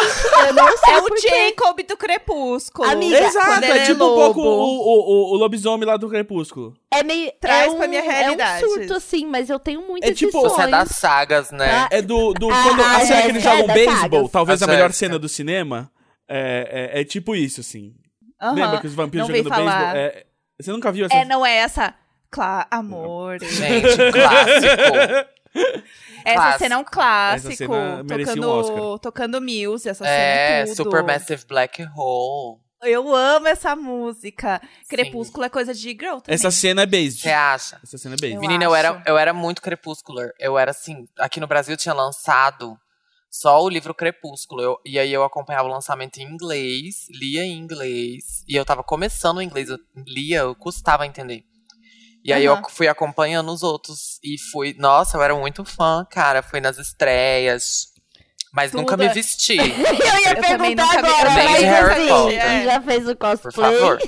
Eu não sei É por o quê. Jacob do Crepúsculo. Amiga, [LAUGHS] Exato, Quando é ele tipo um lobo. pouco o, o, o- o lobisomem lá do Crepúsculo. É meio. Traz é pra um- minha realidade. É um surto, assim, mas eu tenho muito É esse tipo- sonho. Você é das sagas, né? Ah, É do. do Ah, quando a ah, cena que é, eles é, jogam da beisebol, sagas. talvez a Ah, melhor certo. cena do cinema. É, é, é tipo isso, assim. Aham. Lembra que os vampiros Não vem jogando beisebol? falar. É, você nunca viu essa É, não é essa. Claro, amor. Gente, um [LAUGHS] clássico. Essa clássico. cena é um clássico. Essa cena merecia um tocando, Oscar. tocando Muse, essa cena. É, tudo. Supermassive Black Hole. Eu amo essa música. Sim. Crepúsculo é coisa de girl também. [LAUGHS] Essa cena é based. Você acha? Essa cena é based. Eu Menina, eu era, acho. eu era muito crepúscular. Eu era assim, aqui no Brasil tinha lançado só o livro Crepúsculo. Eu- e aí eu acompanhava o lançamento em inglês, lia em inglês. E eu tava começando o inglês, eu lia, eu custava entender. E aí Aham. eu fui acompanhando os outros. E fui. Nossa, eu era muito fã, cara. Fui nas estreias. Mas nunca Tudo me é- [LAUGHS] vesti. Eu ia Eu também perguntar nunca vi agora, também mas de Harry assim, Potter. é. ele já fez o Por cosplay. favor.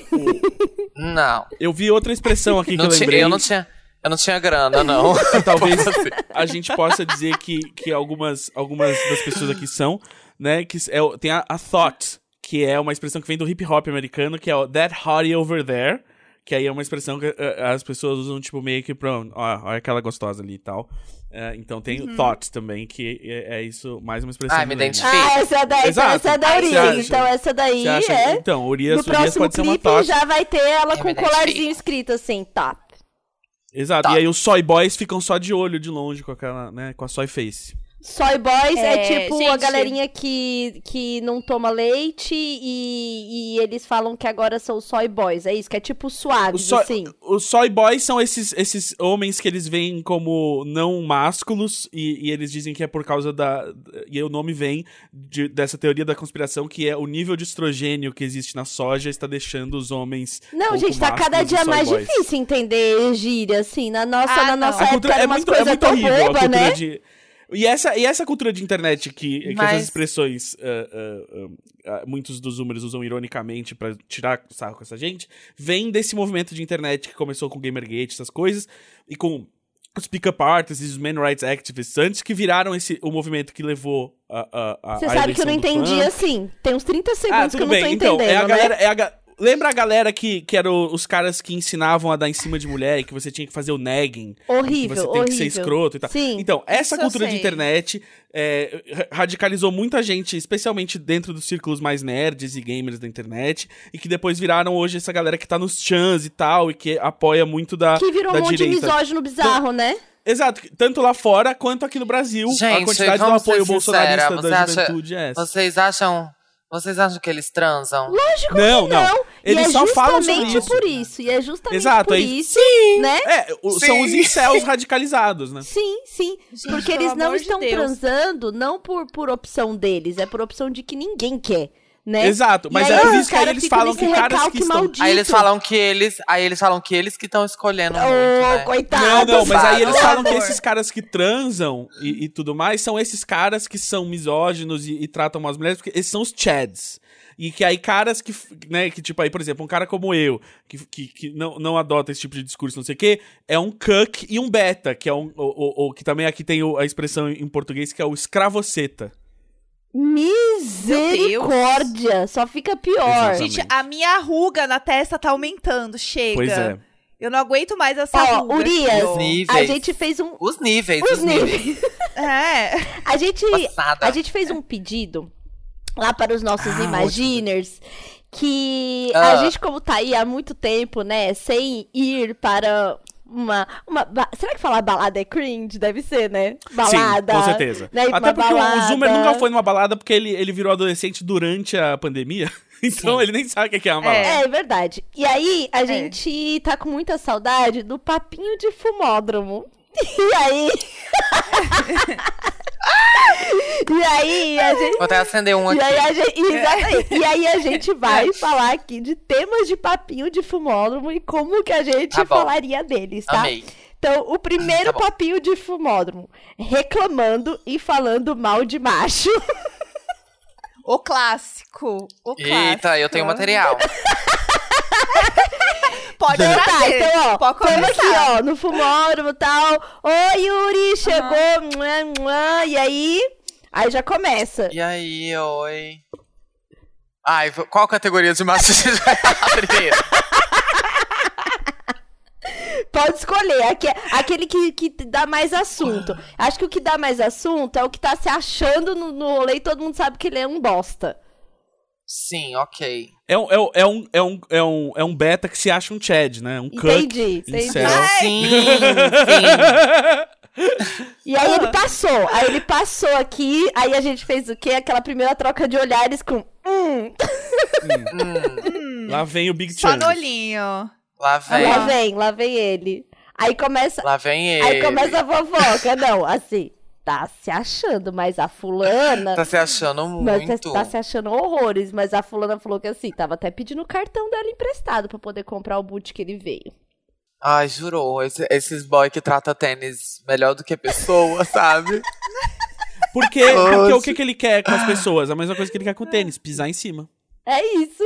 Não. Eu vi outra expressão aqui que Não eu ti- lembrei. eu não tinha. Eu não tinha grana, não. [LAUGHS] Talvez Assim. a gente possa dizer que, que algumas, algumas das pessoas aqui são, né? Que é, o- tem a, a thought, que é uma expressão que vem do hip hop americano, que é o that hottie over there. Que aí é uma expressão que eh, as pessoas usam, tipo, meio que pra. Ó, olha aquela gostosa ali e tal. Eh, então tem Uhum. o thought também, que é, é isso, mais uma expressão. Ai, me um millennial. identifico. Ah, essa daí, então Exato. essa é da Aí você Urias. acha- Então essa daí Você acha- é. Então, Urias, No Urias próximo pode ser uma clipe thought. já vai ter ela Eu com me um colarzinho identifico. escrito assim, tá. Exato. Tá. E aí os soy boys ficam só de olho de longe com aquela, né, com a soy face. Soy Boys é, É, tipo a gente. galerinha que, que não toma leite e, e eles falam que agora são Soy Boys. É isso, que é tipo Os suaves, soy, assim. os soy boys são esses, esses homens que eles veem como não másculos e, e eles dizem que é por causa da e aí o nome vem de- dessa teoria da conspiração que é o nível de estrogênio que existe na soja está deixando os homens um Não, pouco gente, tá cada másculos e dia soy mais boys. difícil entender gíria, assim. Na nossa, Ah, na não. A nossa época cultura era é umas muito, é coisas muito tão horrível a bobas, cultura né? de. E essa, e essa cultura de internet que, que Mas- essas expressões ah, ah, ah, ah, muitos dos números usam ironicamente pra tirar sarro com essa gente, vem desse movimento de internet que começou com o Gamergate, essas coisas, e com os pick-up artists e os man rights activists antes, que viraram esse, o movimento que levou a- a. a- Você a sabe que eu não eleição do entendi, funk. assim. Tem uns 30 segundos Ah, que eu tudo bem. não tô então, entendendo, é a né? galera. É a ga- Lembra a galera que, que eram os caras que ensinavam a dar em cima de mulher e que você tinha que fazer o nagging? Horrível, que você tem horrível. que ser escroto e tal. Sim. Então, essa Isso eu cultura de sei. internet é, ra- radicalizou muita gente, especialmente dentro dos círculos mais nerds e gamers da internet, e que depois viraram hoje essa galera que tá nos chans e tal, e que apoia muito da, que virou da um monte de direita. misógino bizarro, né? Exato, tanto lá fora quanto aqui no Brasil, a Gente, quantidade do vamos ser apoio sincera, bolsonarista você da acha- juventude é [LAUGHS] essa. Vocês acham Vocês acham que eles transam? Lógico Não, que não. não. E Eles é só falam sobre justamente isso. por isso. E é justamente Exato, por aí- isso, né? É, o- são os Sim. incels radicalizados, né? Sim, sim. Gente, Porque pelo eles não amor de estão Deus. transando, não por, por opção deles, é por opção de que ninguém quer, [LAUGHS] né? Exato, mas e é aí por os isso que aí caras eles ficam falam nesse que caras recalque que estão... maldito. Aí eles falam que eles. Aí eles falam que eles que estão escolhendo Ô, é. muito, né? coitado. Não, não, mas aí eles Não, falam que amor. esses caras que transam e, e tudo mais são esses caras que são misóginos e, e tratam as mulheres, porque esses são os chads. E que aí caras que, f- né, que tipo aí, por exemplo, um cara como eu, que, que, que não, não adota esse tipo de discurso, não sei o quê, é um cuck e um beta, que é um, o, o- o- que também aqui tem o- a expressão em português que é o escravoceta. Misericórdia, só fica pior. Exatamente. Gente, a minha ruga na testa tá aumentando, chega. Pois é. Eu não aguento mais essa Ó, ruga. Urias. Os A níveis. gente fez um Os níveis, os, os níveis. níveis. É. A gente Passada. a gente fez um pedido lá para os nossos Ah, imaginers que Ah. a gente como tá aí há muito tempo, né, sem ir para uma, uma ba- será que falar balada é cringe? Deve ser, né? Balada. Sim, com certeza. né, Até uma porque o balada. Zoomer nunca foi numa balada porque ele, ele virou adolescente durante a pandemia. [LAUGHS] Então ele nem sabe o que que é uma balada. É, é verdade. E aí, a gente tá com muita saudade do papinho de fumódromo. [LAUGHS] E aí. [LAUGHS] e aí, a gente. Vou até acender um aqui. E aí, a gente, exatamente. E aí [LAUGHS] a gente vai falar aqui de temas de papinho de fumódromo e como que a gente Tá bom. falaria deles, tá? Amei. Então, o Tá primeiro bom. papinho de fumódromo, reclamando e falando mal de macho. O clássico. O clássico. Eita, eu tenho material. Pode Então tá, trazer. então, ó, Pode tamo aqui, começar. ó, no fumódromo e tal. Ô, Yuri, chegou, mua, mua, e aí... Aí já começa. E aí, oi. Ai, v- qual categoria de macho [LAUGHS] a gente vai abrir? Pode escolher, aque- aquele que, que dá mais assunto. Acho que o que dá mais assunto é o que tá se achando no, no rolê e todo mundo sabe que ele é um bosta. Sim, ok. É um, é, um- é, um, é, um, é, um, é um beta que se acha um Chad, né? Um cuck. Entendi, entendi. incel. Sim, [LAUGHS] sim. E aí ele passou, aí ele passou aqui, aí a gente fez o quê? Aquela primeira troca de olhares com... Hum, [LAUGHS] Lá vem o Big Só Chad. no olhinho. Lá vem. lá vem, lá vem ele. Aí começa, Lá vem ele. Aí começa a fofoca. Não, assim, tá se achando, mas a fulana. Tá se achando mas muito. tá se achando horrores, mas a fulana falou que assim, tava até pedindo o cartão dela emprestado pra poder comprar o boot que ele veio. Ai, jurou. Esse- esses boy que trata tênis melhor do que [LAUGHS] pessoa, sabe? Porque, porque o que, que ele quer com as pessoas? A mesma coisa que ele quer com o tênis, pisar em cima. É isso,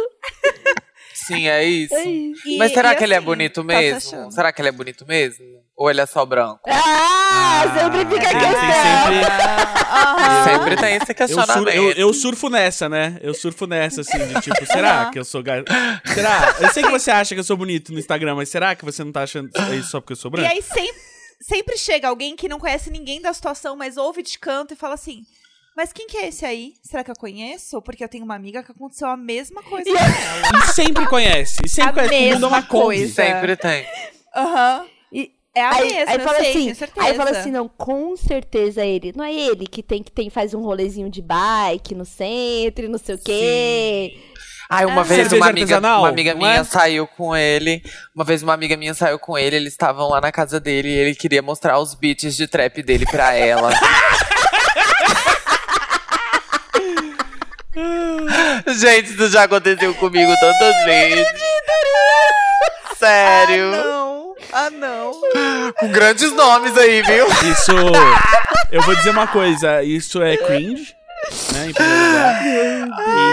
Sim, é isso. é isso. E- Mas será e que ele é assim, bonito tá se mesmo? achando. será que ele é bonito mesmo? Ou ele é só branco? Ah, sempre é fica a tem- questão. tem sempre- Aham. Sempre tem esse É eu, sur- questionamento. eu- eu surfo nessa, né? Eu surfo nessa, assim, de [LAUGHS] tipo, será que eu sou garoto? Será? Eu sei que você acha que eu sou bonito no Instagram, mas será que você não tá achando isso só porque eu sou E branco? aí sempre, sempre chega alguém que não conhece ninguém da situação, mas ouve de canto e fala assim. Mas quem que é esse aí? Será que eu conheço? Porque eu tenho uma amiga que aconteceu a mesma coisa com ela. E sempre conhece. E sempre A conhece. Todo mundo é uma mesma Kombi. coisa. Sempre tem. Aham. E- É a Aí, mesma, aí eu fala sei, assim, tenho certeza. aí fala assim, não, com certeza é ele. Não é ele que tem que tem faz um rolezinho de bike no centro, e não sei o quê. Ai, uma Ah. vez Cerveja uma amiga, artesanal, uma amiga não é? minha saiu com ele. Uma vez uma amiga minha saiu com ele, eles estavam lá na casa dele e ele queria mostrar os beats de trap dele pra ela. Gente, isso já aconteceu comigo tantas vezes. Sério. Ah, não. Ah, não. Com grandes nomes aí, viu? Isso. Eu vou dizer uma coisa, isso é cringe. Né, em primeiro lugar.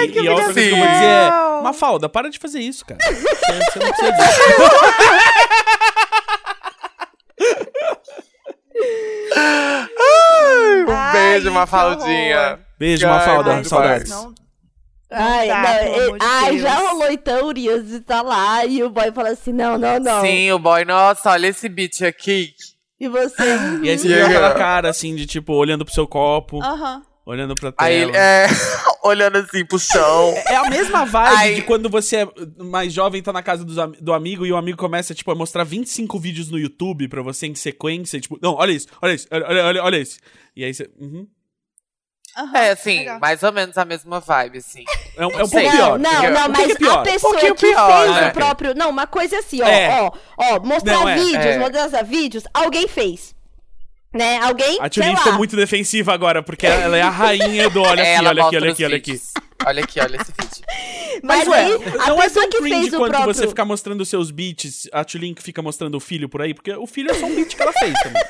E, e a outra coisa que eu vou dizer é: humilhação. Mafalda, para de fazer isso, cara. Você, você não precisa disso. Um Ai, beijo, que Mafaldinha. horror. Beijo, Ai, Mafalda. muito saudades. mais. Não, Ai, dá, não, pelo ele- amor de ai, Deus. já rolou então, Urias, de tá lá e o boy fala assim, não, não, não. Sim, o boy, nossa, olha esse beat aqui. E você, hum, Ah, E aí você Yeah. viu aquela cara assim de tipo, olhando pro seu copo, Aham. olhando pra tela. Aí ele, é, [LAUGHS] olhando assim pro chão. É a mesma vibe Ai. de quando você é mais jovem, tá na casa dos am- do amigo e o amigo começa, tipo, a mostrar 25 vídeos no YouTube pra você em sequência, e, tipo, não, olha isso, olha isso, olha, olha, olha, olha isso. E aí você. Uhum. Aham, É, assim, legal. mais ou menos a mesma vibe, assim. É um, é um pouco Sei. pior. Não, não, porque- não, Um pouquinho mas pior. a pessoa pouquinho que pior, fez né? o próprio. Não, uma coisa assim, ó, É. ó, ó, mostrar Não, é. vídeos, É. mostrar vídeos, alguém fez. Né? Alguém. A sei Tulin lá. ficou é muito defensiva agora, porque ela é a rainha do olha É, aqui, ela olha aqui, mostra olha os aqui, olha aqui. vídeos. Olha aqui, olha esse vídeo. Mas, ué, aí, a não é pessoa tão que cringe fez o quanto próprio. você ficar mostrando os seus beats, a Tulin que fica mostrando o filho por aí, porque o filho é só um beat que ela fez [LAUGHS] também.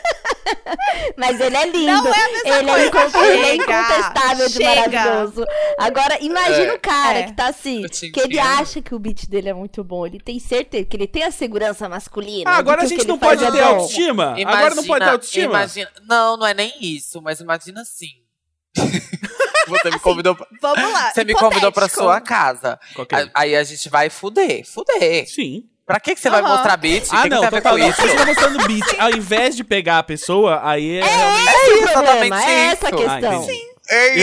Mas ele é lindo. Não é a mesma ele, coisa. É inco- ele é Chega, incontestável de chega. maravilhoso. Agora, imagina É. o cara É. que tá assim, Eu te que ele entendo. acha que o beat dele é muito bom. Ele tem certeza que ele tem a segurança masculina. Ah, de agora que a o que gente ele não faz pode é ter bom. autoestima. [LAUGHS] agora não pode ter autoestima. Imagina, não, não é nem isso, mas imagina assim. Você me convidou, pra- Vamos lá. você me convidou pra Assim, hipotético. sua casa. Ok. A- Aí a gente vai fuder, fuder. é? Sim. Pra que, que você vai Aham. mostrar beat? O Ah, que, não, que tem a ver total, com não. isso? Você tá mostrando beat, ao invés de pegar a pessoa, aí é. realmente- Esse é o problema, exatamente é essa a isso. questão. Ah, entendi.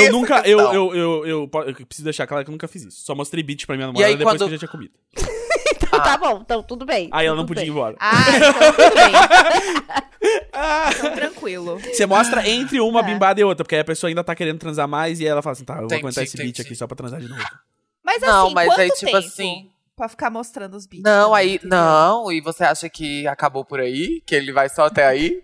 Eu nunca. é Eu, eu, eu, eu, po- eu preciso deixar claro que eu nunca fiz isso. Só mostrei beat pra minha namorada aí, depois quando- que eu já tinha comido. [LAUGHS] então tá bom, então tudo bem. Aí ela não tudo podia ir bem. embora. Ah, então tudo bem. então tranquilo. Você mostra entre uma É. bimbada e outra, porque aí a pessoa ainda tá querendo transar mais e aí ela fala assim: tá, eu vou Entendi, aguentar esse beat entendi. aqui só pra transar de novo. Mas assim, Não, mas quanto aí, tipo tempo assim- Pra ficar mostrando os beats. né? Não, também, aí. entendeu? Não, e você acha que acabou por aí? Que ele vai só até aí?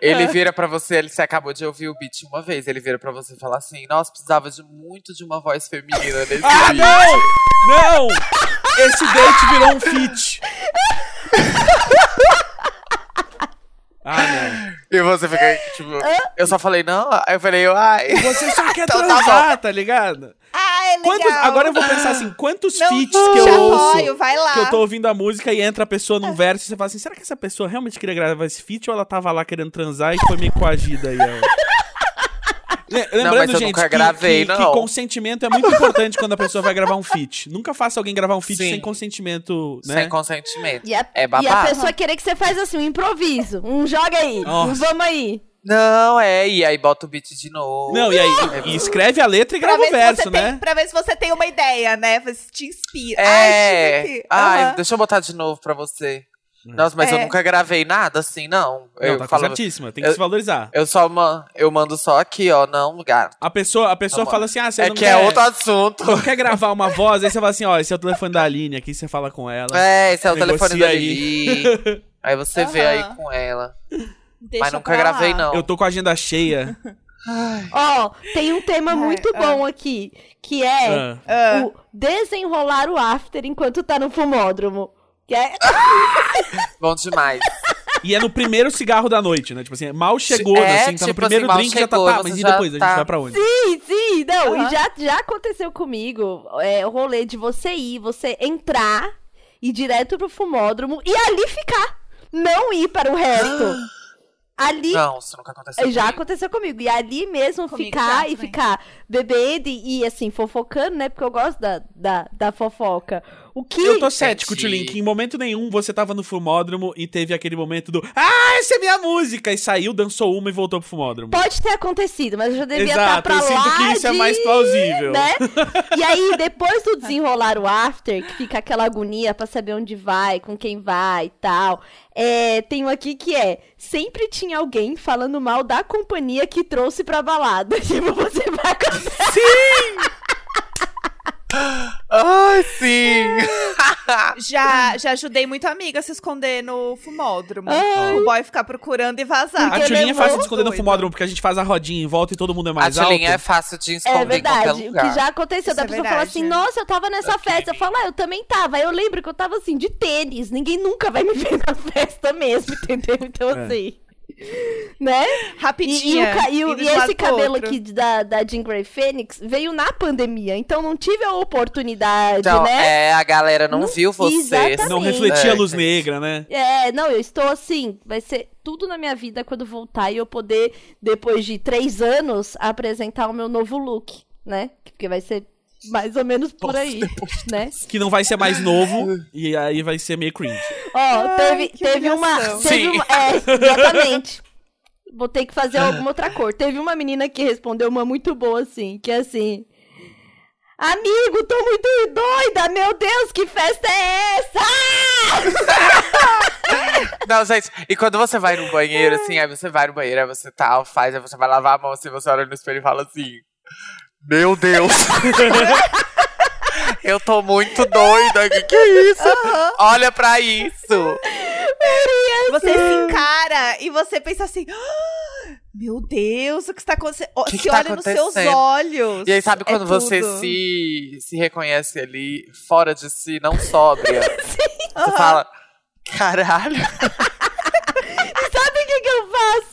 Ele vira pra você, ele você acabou de ouvir o beat uma vez, ele vira pra você e fala assim: Nossa, precisava de muito de uma voz feminina nesse beat. Ah, não! Não! Esse date virou um fit. Ah, não. E você fica tipo. Eu só falei, não. Aí eu falei, ai. Você só quer Então tá transar, tá, ligado? Ah, é legal. Quantos, agora eu vou pensar assim, quantos Não, feats que eu já ouço... apoio, vai lá. Que Tá. eu tô ouvindo a música e entra a pessoa É. num verso e você fala assim, será que essa pessoa realmente queria gravar esse feat ou ela tava lá querendo transar e foi meio coagida [LAUGHS] aí, ela? Le- Lembrando, mas eu gente, nunca que- gravei, que, que não. consentimento é muito importante quando a pessoa vai gravar um feat. Nunca faça alguém gravar um feat Sim. sem consentimento, né? Sem consentimento. E a, É e a babado. pessoa querer que você faz assim, um improviso. Um joga aí. Um Nossa. vamos aí. Não, é, e aí bota o beat de novo. Não, e aí, e escreve a letra e Pra grava ver, o se verso, você né? Tem, pra ver se você tem uma ideia, né? Você te inspira. Ai, É. tive que- Ai, Aham. deixa eu botar de novo pra você. Nossa, mas eu É. nunca gravei nada assim, não. Hum. Não, eu tá falo. certíssima, tem que eu- se valorizar. Eu só ma- eu mando só aqui, ó, não, gato. A pessoa, a pessoa Tá bom. fala assim, ah, você É não que quer... é outro assunto. [LAUGHS] não quer gravar uma voz, aí você fala assim, ó, esse é o telefone da Aline aqui, você fala com ela. É, esse é o Negocia telefone da aí. [LAUGHS] Lili. Aí você vê aí Aham. com ela. Deixa mas nunca pra lá. gravei, não. Eu tô com a agenda cheia. Ó, tem um tema Ai, muito ah. bom aqui, que é Ah. Ah, o desenrolar o after enquanto tá no fumódromo. Que é- Bom [LAUGHS] demais. E é no primeiro cigarro da noite, né? Tipo assim, mal chegou, É, assim, tá no tipo primeiro assim, mal drink já tá, chegou, tá, você mas e já depois? A gente tá- vai pra onde? [LAUGHS] Sim, sim, não. Aham. E já, já aconteceu comigo é, o rolê de você ir, você entrar, ir direto pro fumódromo e ali ficar. Não ir para [GASPS] o resto. ali Não, isso nunca aconteceu. Já comigo. aconteceu comigo. E ali mesmo Comigo ficar já e também. ficar bebendo e, e, assim, fofocando, né? Porque eu gosto da, da, da fofoca. O que. Eu tô cético, Entendi. Tulin, que em momento nenhum você tava no fumódromo e teve aquele momento do Ah, essa é minha música! E saiu, dançou uma e voltou pro fumódromo. Pode ter acontecido, mas eu já devia tá estar Exato, pra eu lá. sinto que isso é de- mais [LAUGHS] plausível. né? E aí, depois do desenrolar o after, que fica aquela agonia pra saber onde vai, com quem vai e tal. É, tem um aqui que é: sempre tinha alguém falando mal da companhia que trouxe pra balada. [LAUGHS] Tipo, você vai com Ai, sim! Ah, já, já ajudei muito a amiga a se esconder no fumódromo. Ai. O boy ficar procurando e vazar. A Porque Tulin é levou fácil de esconder no doido. fumódromo, porque a gente faz a rodinha em volta e todo mundo é A mais alto. Tilinha é fácil de esconder É em verdade, qualquer o lugar. que já aconteceu. Isso da é pessoa falar verdade, assim, né? nossa, eu tava nessa festa. Eu falo, ah, eu também tava. Eu lembro que eu tava assim, de tênis. Ninguém nunca vai me [LAUGHS] ver na festa mesmo, entendeu? Então, É. assim. Né? E, e Rapidinho. o ca- e o- indo de e um lado esse pro cabelo outro. aqui de- da, da Jean Grey Fênix veio na pandemia, então não tive a oportunidade, Então, né? é, a galera não, Não- viu você. exatamente. Não Sim. refletia a É, luz é. negra, né? É... não, eu estou assim, vai ser tudo na minha vida quando voltar e eu poder, depois de três anos, apresentar o meu novo look, né? Porque vai ser mais ou menos [LAUGHS] por aí, né? Que não vai ser mais novo, e aí vai ser meio cringe. Ó, Ai, teve, que teve uma. humilhação. Teve Sim. É. uma. É, exatamente. Vou ter que fazer alguma outra cor. Teve uma menina que respondeu uma muito boa, assim, que é assim. Amigo, tô muito doida! Meu Deus, que festa é essa? [LAUGHS] Não, gente, e quando você vai tá, no banheiro, assim, aí você vai no banheiro, aí você tal, faz, aí você vai lavar a mão, assim, você olha no espelho e fala assim. Meu Deus. [LAUGHS] Eu tô muito doida. Que que é isso? Olha pra isso. Você se encara e você pensa assim. "Ah, Meu Deus, o que está acontecendo? Ó, Que Se que tá olha nos seus acontecendo? olhos. E aí, sabe quando É você tudo. se, se reconhece ali fora de si, não [LAUGHS] sóbria? Você Aham. fala, caralho. Sabe o que, que eu faço?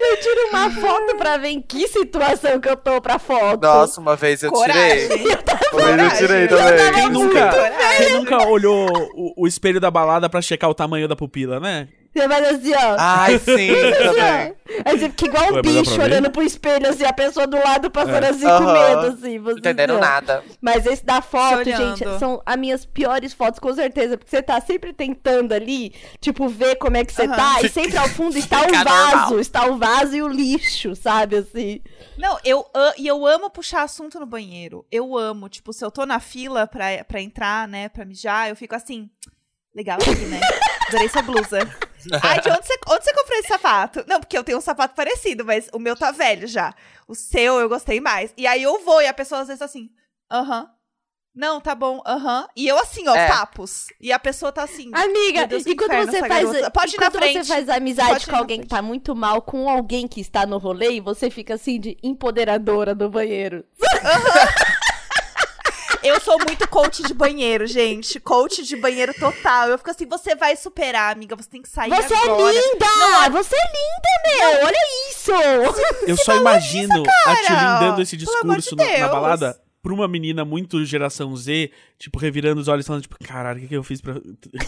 Eu tiro uma foto pra ver em que situação que eu tô pra foto. [LAUGHS] Nossa, uma vez eu Coragem. tirei. Uma vez eu tirei Coragem. também. Quem nunca, Coragem. quem nunca olhou o, o espelho da balada pra checar o tamanho da pupila, né? Você faz assim, ó. Ai, sim, Assim, também. ó. Aí você fica igual um Ué, mas dá bicho pra ver? olhando pro espelho, assim, a pessoa do lado passando assim com É. Aham. medo, assim. Você, Não entenderam assim, ó. nada. Mas esse da foto, Se olhando. gente, são as minhas piores fotos, com certeza. Porque você tá sempre tentando ali, tipo, ver como é que você Aham. tá. E sempre ao fundo está o Fica vaso. normal. Está o vaso e o lixo, sabe, assim. Não, eu, a- e eu amo puxar assunto no banheiro. Eu amo. Tipo, se eu tô na fila pra, pra entrar, né, pra mijar, eu fico assim. Legal aqui, né? Adorei sua blusa. Ai, de onde você, onde você comprou esse sapato? Não, porque eu tenho um sapato parecido, mas o meu tá velho já. O seu eu gostei mais. E aí eu vou, e a pessoa às vezes tá assim, aham. Não, tá bom, aham. E eu assim, ó, É. papos. E a pessoa tá assim. Amiga, Meu Deus, que e quando inferno você essa faz. garota. e Pode ir na quando frente. você faz Pode amizade ir com na alguém que frente. tá muito mal, com alguém que está no rolê, e você fica assim de empoderadora do banheiro. Eu sou muito coach de banheiro, gente. Coach de banheiro total. Eu fico assim, você vai superar, amiga. Você tem que sair Você agora. é linda! Você é linda, meu! Olha isso! Eu só imagino a cara! Tulin dando esse Pelo amor de discurso na, na Deus. balada pra uma menina muito geração Z, tipo, revirando os olhos e falando, tipo, caralho, o que, que eu fiz pra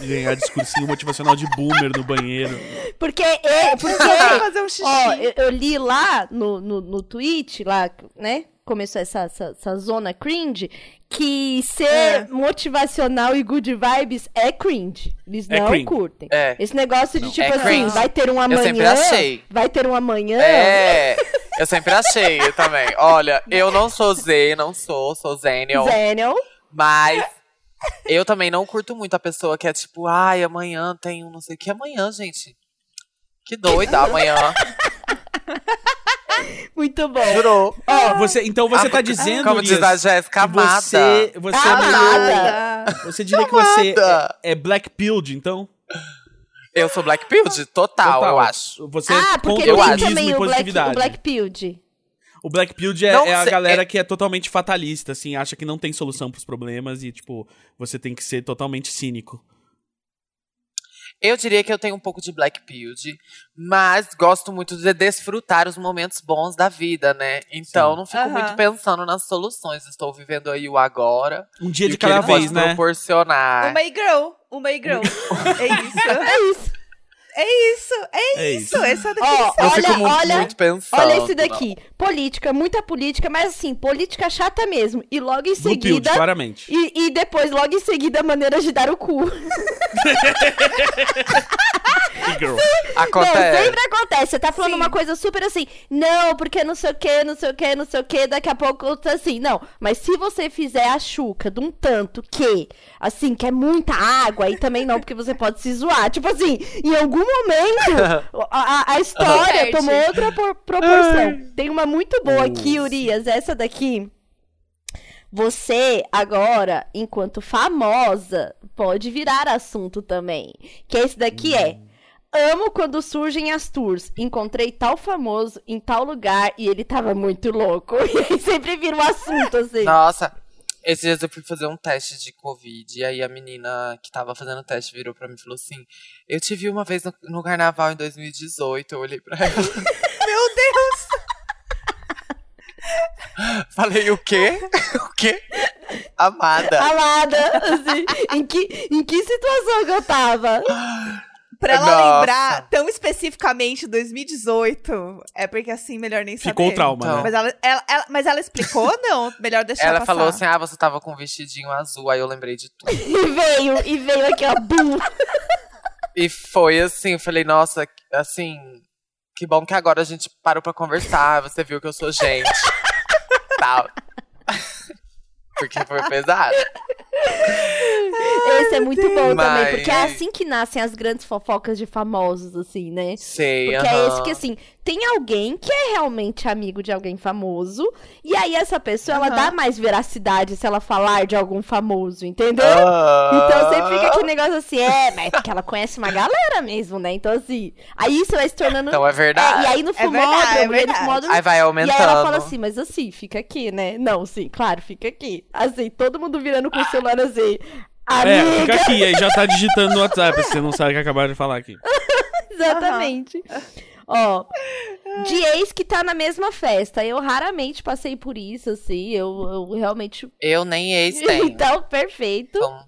ganhar discursinho motivacional de boomer no banheiro? Porque, é, [LAUGHS] Vai porque fazer um xixi. Ó, eu, eu li lá no, no, no tweet, lá, né? Começou essa, essa, essa zona cringe, que ser É. motivacional e good vibes é cringe. Eles É não cringe. curtem. É. Esse negócio de tipo É assim, cringe. vai ter um amanhã. Eu sempre achei. Vai ter um amanhã. É, eu sempre achei eu também. Olha, eu não sou Z, não sou, sou Zenial. um Zenial. Mas eu também não curto muito a pessoa que é tipo, ai, amanhã tem um não sei o que. Amanhã, gente. Que doida, [LAUGHS] amanhã. Muito bom. Jurou. Você, então você Ah, tá dizendo, Como diz a é Lias, Jéssica, que amada. você, você, é meio- Amada. você diria que você Amada. é, é black pilled, então? Eu sou Black Build, total, Ah, eu acho. Você Ah, porque é eu tem acho. contra também otimismo e o Black, positividade. o Black Pilled. O Black Pilled é, Não é a sei, galera é- que é totalmente fatalista, assim, acha que não tem solução pros problemas e, tipo, você tem que ser totalmente cínico. Eu diria que eu tenho um pouco de Black Build, mas gosto muito de desfrutar os momentos bons da vida, né? Então Sim. não fico Aham. muito pensando nas soluções. Estou vivendo aí o agora. Um dia e de o que ele cada pode vez, né? proporcionar. Uma e-girl. Uma e-girl. é isso. É isso. É isso. É É isso. Essa é a Ó, Eu olha, fico muito, olha, muito pensando. Olha esse daqui. Política, muita política, mas assim, política chata mesmo. E logo em Blue pilled, seguida, claramente. E, e depois, logo em seguida, maneiras de dar o cu. assim, E-girl. Não, Acontece. sempre acontece. Você tá falando Sim. uma coisa super assim, não, porque não sei o que, não sei o que, não sei o que, daqui a pouco tá assim. Não, mas se você fizer a chuca de um tanto que, assim, que é muita água, aí também não, porque você pode se zoar. Tipo assim, em algum momento, a, a- a história Perde. tomou outra por- proporção. Tem uma muito boa aqui, Urias, essa daqui. Você, agora, enquanto famosa, pode virar assunto também. Que esse daqui é. Amo quando surgem as tours. Encontrei tal famoso em tal lugar e ele tava muito louco. [LAUGHS] E aí sempre vira um assunto assim. Nossa, esses dias eu fui fazer um teste de Covid. E aí a menina que tava fazendo o teste virou pra mim e falou assim: Eu te vi uma vez no, no carnaval em 2018. Eu olhei [LAUGHS] pra ela. Meu Deus! [LAUGHS] Falei, o quê? [LAUGHS] O quê? Ah, Amada. Alada, assim. em, que, em que situação que eu tava? Pra ela Nossa. lembrar tão especificamente 2018, é porque assim, melhor nem saber. Ficou o trauma, Então. né? Mas ela, ela- ela- mas ela explicou ou não? Melhor deixar Ela passar. falou assim: Ah, você tava com um vestidinho azul. Aí eu lembrei de tudo. E veio, e veio aqui, ó, bum. E foi assim, eu falei, nossa, assim, que bom que agora a gente parou pra conversar, você viu que eu sou [LAUGHS] gente. [LAUGHS] Tal. Porque foi pesado. Esse é muito bom também, Mas- porque é assim que nascem as grandes fofocas de famosos, assim, né? Sei, Porque é esse aham. que, assim, tem alguém que é realmente amigo de alguém famoso, e aí essa pessoa, ela Aham. dá mais veracidade se ela falar de algum famoso, entendeu? Ah. é. Então sempre fica aquele negócio assim, é, mas é porque ela conhece uma galera mesmo, né? Então assim, aí isso vai se tornando... [LAUGHS] Então é É, e verdade. aí no É verdade, fumódromo, é e aí no verdade. fumódromo Aí vai e aumentando. aí ela fala assim, mas assim, fica aqui, né? Não, sim, claro, fica aqui. Assim, todo mundo virando com o celular assim. É, Amiga, fica aqui, aí já tá digitando no WhatsApp, se você não sabe o que acabaram de falar aqui. exatamente. Ó, de ex que tá na mesma festa. Eu raramente passei por isso, assim. Eu, eu realmente. Eu nem ex tenho. [LAUGHS] Então, perfeito. Então,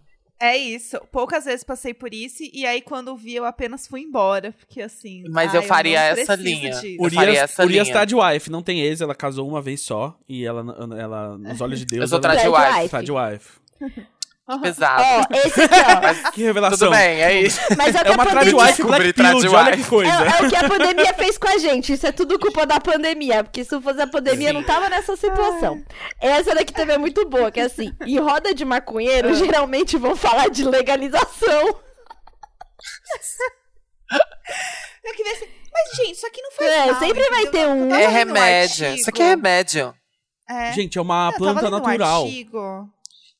É isso. Poucas vezes passei por isso e aí quando vi eu apenas fui embora, porque assim. Mas ai, eu faria não essa preciso linha. disso. Eu faria Urias, essa Urias linha. tá de wife, não tem ex, ela casou uma vez só. E ela, ela nos olhos de Deus, Eu sou ela trad Trad wife. wife. tá de wife. Pesado. Ó, esse aqui, Que revelação. Tudo bem, Ah. é isso. ó. Mas é o que É uma a pandemia. tradwife Descobri Black trad Piled, olha wife. que coisa. É, é o que a pandemia fez com a gente. Isso é tudo culpa da pandemia. Porque se não fosse a pandemia, eu não tava nessa situação. Essa daqui também é muito boa, que é assim, em roda de maconheiro, geralmente vão falar de legalização. Eu queria ver se- Mas, gente, isso aqui não faz É, mal, sempre vai entendeu? ter Eu um. tava É lendo remédio. artigo. Isso aqui é remédio. É. Gente, é uma Eu tava planta lendo um natural. artigo.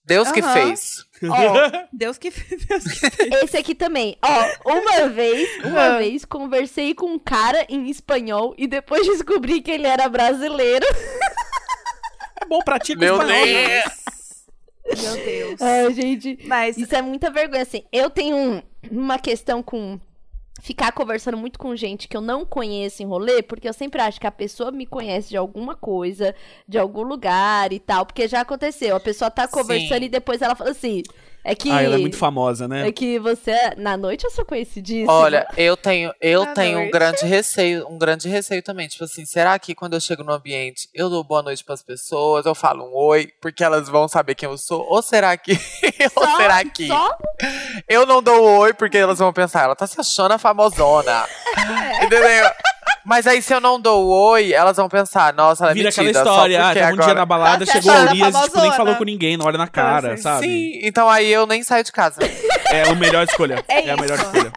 Deus que Aham. fez. Ó, Deus que [LAUGHS] Deus que esse aqui também. Ó, [LAUGHS] uma vez, uma vez, conversei com um cara em espanhol e depois [LAUGHS] descobri que ele era brasileiro. É bom, pratica Meu espanhol. Deus. Meu Deus. Ai, gente. Mas Isso é muita vergonha, assim. Eu tenho um- uma questão com ficar conversando muito com gente que eu não conheço em rolê, porque eu sempre acho que a pessoa me conhece de alguma coisa, de algum lugar e tal, porque já aconteceu. A pessoa tá conversando Sim. e depois ela fala assim, é que Ah, ela é muito famosa, né? é que você é- na noite eu sou conhecidíssima. Olha, eu tenho, eu Boa tenho um noite. grande receio, um grande receio também. Tipo assim, será que quando eu chego no ambiente, eu dou boa noite pras pessoas, eu falo um oi, porque elas vão saber quem eu sou? Ou será que. [LAUGHS] ou será que. só Eu não dou um oi, porque elas vão pensar, ela tá se achando a famosona. É. Entendeu? Mas aí, se eu não dou um oi, elas vão pensar, nossa, ela é Vira aquela metida. só história, ah, porque tava um dia agora- na balada, Tá chegou a fechada, Urias, tipo, nem famosona. falou com ninguém, não olha na cara, Sim. sabe? Sim, então aí eu nem saio de casa. É a melhor escolha. É É, a melhor isso. escolha.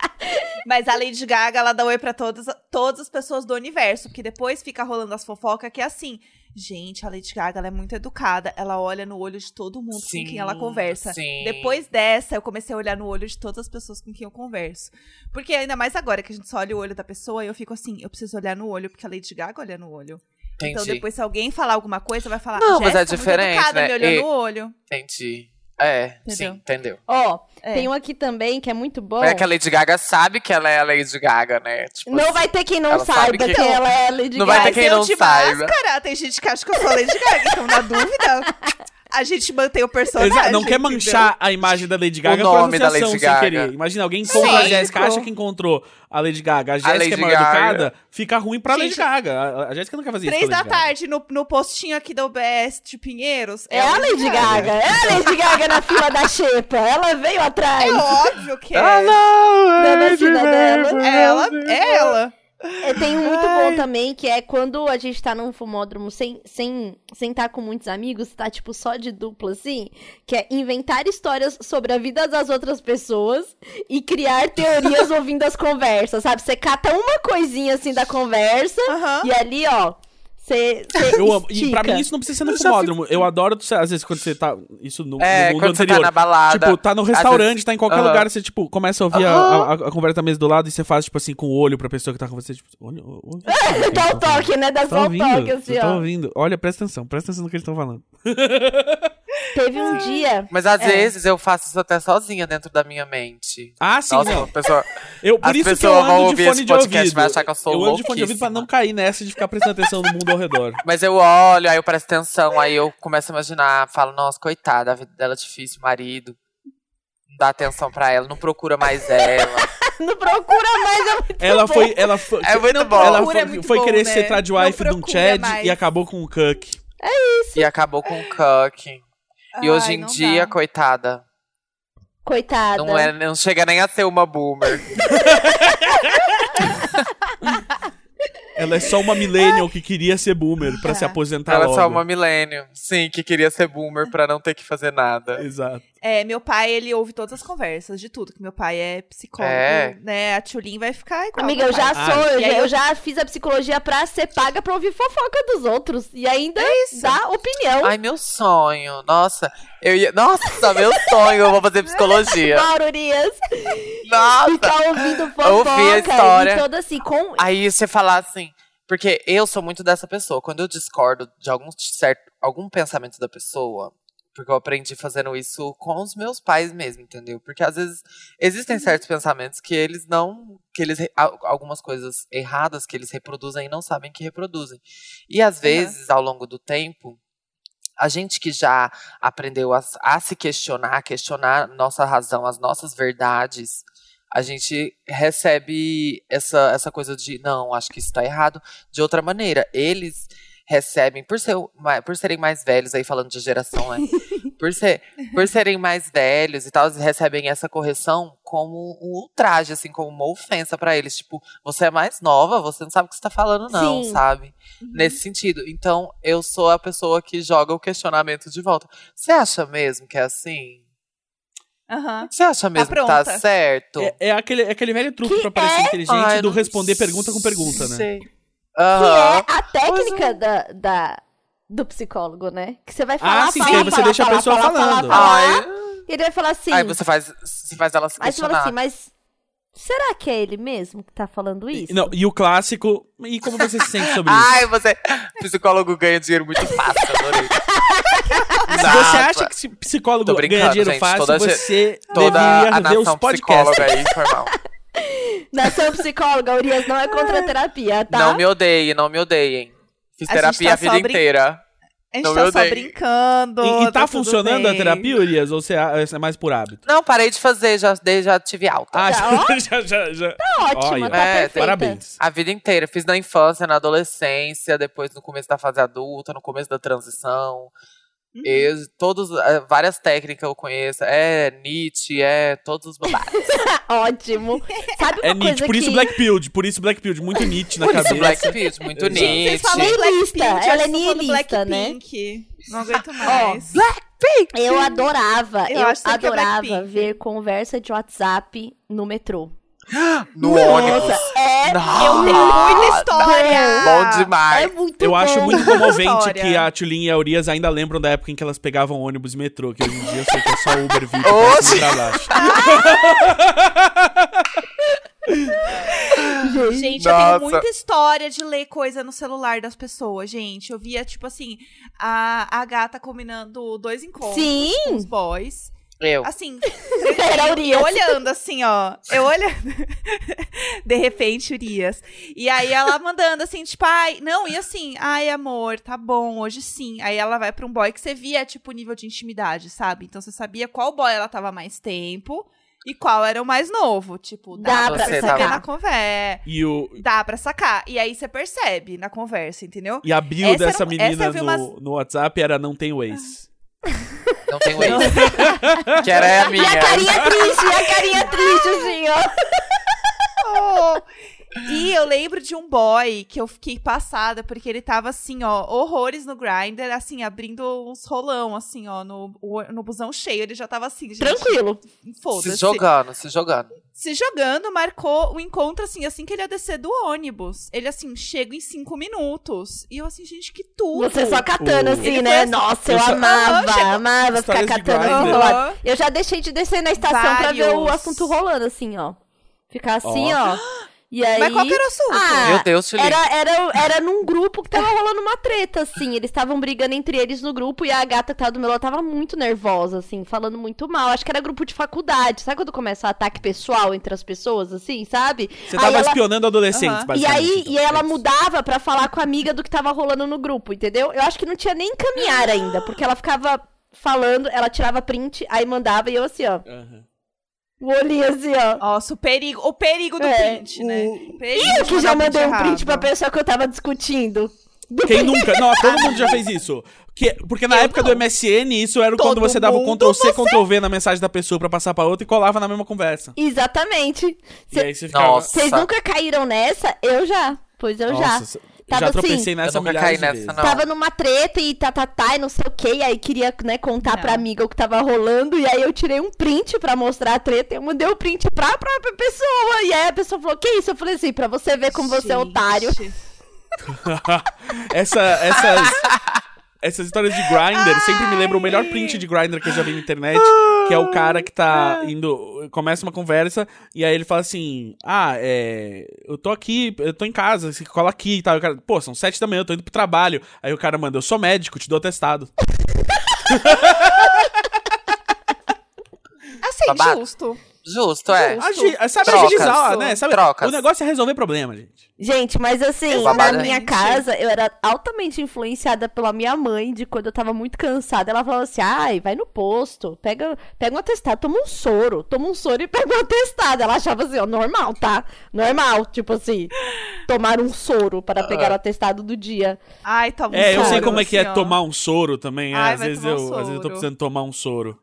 Mas a Lady Gaga, ela dá oi pra todas, todas as pessoas do universo, porque depois fica rolando as fofocas que é assim. Gente, a Lady Gaga, ela é muito educada, ela olha no olho de todo mundo Sim, com quem ela conversa. sim. Depois dessa, eu comecei a olhar no olho de todas as pessoas com quem eu converso. Porque ainda mais agora que a gente só olha o olho da pessoa, eu fico assim, eu preciso olhar no olho, porque a Lady Gaga olha no olho. Entendi. Então depois se alguém falar alguma coisa, vai falar, Não, mas é "Jéssica, muito diferente, educada, né? me olhou E- no olho. Entendi. É, sim, Entendeu? entendeu. Ó, É. tem um aqui também que é muito bom. Mas é que a Lady Gaga sabe que ela é a Lady Gaga, né? Tipo Não assim, vai ter quem não ela sabe saiba que... que- ela é a Lady Não vai ter Gaga. quem eu não de saiba. máscara, tem gente que acha que eu sou a Lady Gaga, então na dúvida, a gente mantém o personagem. Exa- não quer entendeu? manchar a imagem da Lady Gaga O com a nome da associação Lady sem Gaga. querer. Imagina, alguém encontra a Sim. Jéssica, acha que encontrou a Lady Gaga, a Jéssica é Lady mal educada, fica ruim pra Lady Gente, Gaga. A- A Jéssica não quer fazer isso Três com a da Lady Gaga. tarde no, no postinho aqui da UBS de Pinheiros. É a Lady Gaga, é a Lady Gaga na fila da xepa. Ela veio atrás. É óbvio que é. Da Hello, vacina dela. everybody. Ela, é ela. É, tem um muito bom também, que é quando a gente tá num fumódromo sem sem sem tá com muitos amigos, tá tipo só de dupla assim, que é inventar histórias sobre a vida das outras pessoas e criar [LAUGHS] teorias ouvindo as conversas, sabe? Você cata uma coisinha assim da conversa Aham. e ali, ó, você Eu amo. E pra estica. mim isso não precisa ser no Eu já fumódromo. Eu adoro, às vezes, quando você tá. Isso no, É, no mundo quando você tá anterior. na balada. Tipo, tá no às vezes- restaurante, tá em qualquer Aham. lugar, você, tipo, começa a ouvir a- a, a conversa da mesa do lado e você faz, tipo assim, com o olho pra pessoa que tá com você, tipo, olha, ouve. É, [LAUGHS] Dá o toque, né? Dá Tá só o toque, ouvindo? assim, Você tá ó. ouvindo? Olha, presta atenção, presta atenção no que eles estão falando. Teve um dia. [LAUGHS] Mas às vezes eu faço isso até sozinha dentro da minha mente. Ah, sim, Nossa, não. a pessoa. Eu, por As isso que eu pessoas ando vão de ouvir fone esse de podcast, ouvido. vai achar que eu sou ando de fone de ouvido pra louquíssima. não cair nessa de ficar prestando atenção no mundo ao [LAUGHS] redor. Mas eu olho, aí eu presto atenção, aí eu começo a imaginar, falo, nossa, coitada, a vida dela é difícil, marido. Não dá atenção pra ela, não procura mais ela. [LAUGHS] Não procura mais, é muito Ela bom. foi. Ela foi É muito bom. ela procura, foi, é muito foi bom, querer né? ser tradwife Não de um procura Chad mais. e acabou com o Cook. E acabou com o Cuck. E hoje Ai, em não dia, dá. coitada, Coitada. não, é, não chega nem a ser uma boomer. Ela é só uma millennial que queria ser boomer Ah. pra se aposentar ela é Tá logo. só uma milênio. Sim, que queria ser boomer pra não ter que fazer nada. Exato. É, meu pai, ele ouve todas as conversas de tudo, que meu pai é psicólogo, É. né? A Tchulin vai ficar igual. Amiga, ao eu já papai. Ah, sou, eu e já, aí eu eu- já fiz a psicologia pra ser paga pra ouvir fofoca dos outros. E ainda É dá opinião. Ai, meu sonho. Nossa, eu ia. Nossa, meu sonho, eu vou fazer psicologia. Mauro Urias. Nossa! Ficar tá ouvindo [LAUGHS] fofoca. ouvi a história. E toda assim, com... Aí você falar assim, porque eu sou muito dessa pessoa. Quando eu discordo de algum certo, algum pensamento da pessoa, porque eu aprendi fazendo isso com os meus pais mesmo, entendeu? Porque às vezes existem certos pensamentos que eles não, que eles re- al- algumas coisas erradas que eles reproduzem e não sabem que reproduzem. E às vezes, ao longo do tempo, a gente que já aprendeu a, s- a se questionar, a questionar nossa razão, as nossas verdades, a gente recebe essa, essa coisa de, não, acho que isso tá errado, de outra maneira. Eles recebem, por, ser, o- ma- por serem mais velhos, aí falando de geração, [LAUGHS] né? por, ser, por serem mais velhos e tal, eles recebem essa correção como um ultraje, assim, como uma ofensa pra eles. Tipo, você é mais nova, você não sabe o que você tá falando, não, Sim. Uhum. sabe? nesse sentido. Então, eu sou a pessoa que joga o questionamento de volta. Você acha mesmo que é assim? Aham. Você acha mesmo que tá pronta. certo? É, é aquele, é aquele velho truque Que pra parecer inteligente Ai, do não responder pergunta com pergunta, né? sei. Que Aham. é a técnica da, da- do psicólogo, né? Que você vai falar, Ah, sim, falar, que aí você falar, deixa a falar, pessoa falar, falando. falar, falar, Ai, e ele vai falar assim... aí você faz, você faz ela se Aí você fala questionar. assim, mas será que é ele mesmo que tá falando isso? Não, e o clássico. E como você se sente sobre isso? Ai, você. Psicólogo ganha dinheiro muito fácil, adorei. Se você acha que esse psicólogo Tô brincando, ganha dinheiro gente, fácil, toda a ge- você toda a deveria ver os nação psicóloga podcasts. aí, informal. Nação psicóloga, Urias não é contra a terapia, tá? Não me odeiem, não me odeiem. Fiz A gente terapia tá a vida só brin- inteira. A gente Então, tá meu só bem. brincando. E, e tá tudo funcionando a bem. terapia, Urias? Ou você a- é mais por hábito? Não, parei de fazer, já, dei- já tive alta. Ah, Tá já, [LAUGHS] já, já, já. Tá ótima, Olha, tá é, perfeita. Parabéns. A vida inteira. Fiz na infância, na adolescência, depois no começo da fase adulta, no começo da transição. Uhum. Eu, todos, eh, várias técnicas eu conheço. É Nietzsche, é todos os babados. Tá Ótimo. Sabe tá. uma É coisa Nietzsche, por que... isso Black Pilled, por isso Black Pilled, muito Nietzsche na Muito cabeça. Blackfield, muito Exato. Nietzsche. Vocês falam Nielista, Blackpink, ela eu é só falo nielista, né? Blackpink. Não aguento mais. Eu adorava, Eu eu, acho que é adorava Blackpink. ver conversa de WhatsApp no metrô. No Nossa, ônibus. É, Nossa. Tem muita história. Bom é demais. muito Eu bom. acho muito comovente História. que a Tulin e a Urias ainda lembram da época em que elas pegavam ônibus e metrô, que hoje em dia eu sei que é só Uber VIP pra cima e pra baixo. Gente, eu Nossa. tenho muita história de ler coisa no celular das pessoas, gente. Eu via, tipo assim, a, a gata combinando dois encontros Sim. com os boys. Eu. Assim, Era eu Urias. olhando assim, ó. Eu olhando. [LAUGHS] De repente, Urias. E aí ela mandando assim, tipo, ai, não, e assim, ai, amor, tá bom, hoje sim. Aí ela vai pra um boy que você via, tipo, o nível de intimidade, sabe? Então você sabia qual boy ela tava mais tempo e qual era o mais novo. Tipo, dá, Dá pra pra perceber sacar. na conversa. E, o, Dá pra sacar. E aí você percebe na conversa, entendeu? e a bio Essa dessa era um- essa menina eu vi no, umas- no WhatsApp era não tem Waze. Ah. Não tenho ex. [LAUGHS] que era a E a minha. carinha é triste, e a carinha triste, assim, ó. E eu lembro de um boy que eu fiquei passada, porque ele tava assim, ó, horrores no grinder, assim, abrindo uns rolão, assim, ó, no, no busão cheio. Ele já tava assim, gente, Tranquilo. foda-se. Se jogando, se jogando. Se jogando, marcou o encontro, assim, assim que ele ia descer do ônibus. Ele, assim, chega em cinco minutos. E eu, assim, gente, que tudo. Você só catando, Uh. assim, Ele né? foi assim- Nossa, eu, Eu só- amava, Aham, chegou- amava ficar Histórias de catando grinder. assim do Aham. lado. Eu já deixei de descer na estação pra ver o Vários. assunto rolando, assim, ó. Ficar assim, Ó. ó. E aí... Mas qual que era o assunto? Ah, Meu Deus, Tilly. Era, era, era num grupo que tava rolando uma treta, assim. Eles estavam brigando entre eles no grupo e a gata que tava do meu lado tava muito nervosa, assim, falando muito mal. Acho que era grupo de faculdade. Sabe quando começa o ataque pessoal entre as pessoas, assim, sabe? Você Aí tava ela- espionando adolescentes, Aham. E basicamente. aí então. e ela É isso. mudava pra falar com a amiga do que tava rolando no grupo, entendeu? Eu acho que não tinha nem caminhar ainda, porque ela ficava falando, ela tirava print, aí mandava e eu assim, ó. Aham. O olhinho assim, ó. Nossa, o perigo, o perigo do É, print, né? O perigo E eu de que já mandar mandei um print errado. pra pessoa que eu tava discutindo. Quem nunca? Não, [LAUGHS] todo mundo já fez isso. Que, porque na Eu época não. do MSN, isso era quando Todo você dava o mundo, Ctrl C, Ctrl V na mensagem da pessoa pra passar pra outra e colava na mesma conversa. Exatamente. E aí você ficava. Nossa. Vocês nunca caíram nessa? Eu já. Pois eu já. Nossa, Tava já assim, tropecei nessa eu nunca milhares caí de nessa, vezes. não. Tava numa treta e tá, tá, tá, e não sei o que, e aí queria, né, contar pra Não. amiga o que tava rolando, e aí eu tirei um print pra mostrar a treta, e eu mandei o print pra própria pessoa, e aí a pessoa falou, que isso? Eu falei assim, pra você ver como você é otário. [LAUGHS] Essa, essas, essas histórias de Grindr sempre me lembram o melhor print de Grindr que eu já vi na internet, que é o cara que Ah. tá indo, começa uma conversa e aí ele fala assim: "Ah, é, eu tô aqui, eu tô em casa, se cola aqui e tal". E o cara: "Pô, são sete da manhã, eu tô indo pro trabalho". Aí o cara manda: "Eu sou médico, te dou atestado". Assim, Babado. justo. Justo, é. Justo. Agi, sabe Trocas. agilizar, né? Ah, Sabe, Trocas. o negócio é resolver problema, gente. Gente, mas assim, Exatamente. na minha casa, eu era altamente influenciada pela minha mãe de quando eu tava muito cansada. Ela falava assim: ai, vai no posto, pega, pega um atestado, toma um soro, toma um soro e [LAUGHS] pega um atestado. Ela achava assim, ó, normal, tá? Normal, tipo assim, tomar um soro para pegar o atestado do dia. Ai, tá bom. É, eu sei soro, como é que é assim, ó. tomar um soro também, é, Ai, às vai vezes tomar eu, um às vezes eu tô soro. precisando tomar um soro.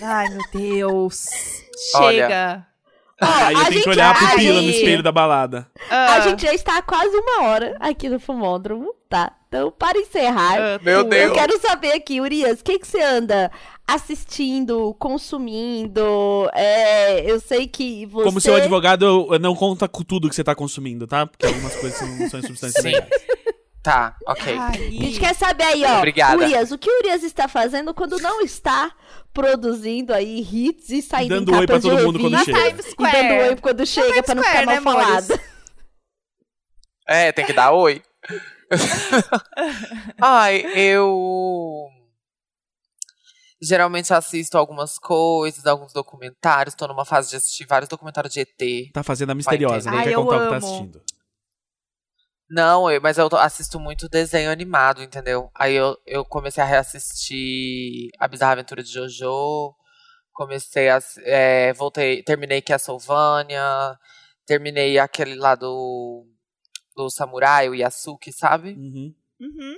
Ai, meu Deus. [LAUGHS] Olha. Chega. Ó, [LAUGHS] Aí eu a tenho gente- que olhar a a pupila no gente- espelho da balada. Ah, A gente já está há quase uma hora aqui no Fumódromo, tá? Então, para encerrar, ah, Meu tu- Deus. Eu quero saber aqui, Urias, o que, que você anda assistindo, consumindo? É, eu sei que você. Como seu advogado, eu- eu não conta com tudo que você tá consumindo, tá? Porque algumas coisas não são substâncias Sim. legais. Tá, ok. Ai, A gente quer saber aí, ó. Obrigada. Urias, o que o Urias está fazendo quando não está produzindo aí hits e saindo Tá Dando em oi pra capas todo de mundo quando revista, chega. Times E Square. dando oi quando chega, Times pra não ficar Square, mal né, amores? falada. É, tem que dar [LAUGHS] oi. Ai, eu. Geralmente assisto algumas coisas, alguns documentários. Tô numa fase de assistir vários documentários de ET. Tá fazendo a misteriosa, entender. não Ai, quer eu contar o que tá amo. assistindo. Não, eu- mas eu tô- assisto muito desenho animado, entendeu? Aí eu, eu comecei a reassistir A Bizarra Aventura de Jojo. Comecei a. ass- É, voltei, terminei Castlevania. Terminei aquele lá do. Do samurai, o Yasuke, sabe? Uhum. Uhum.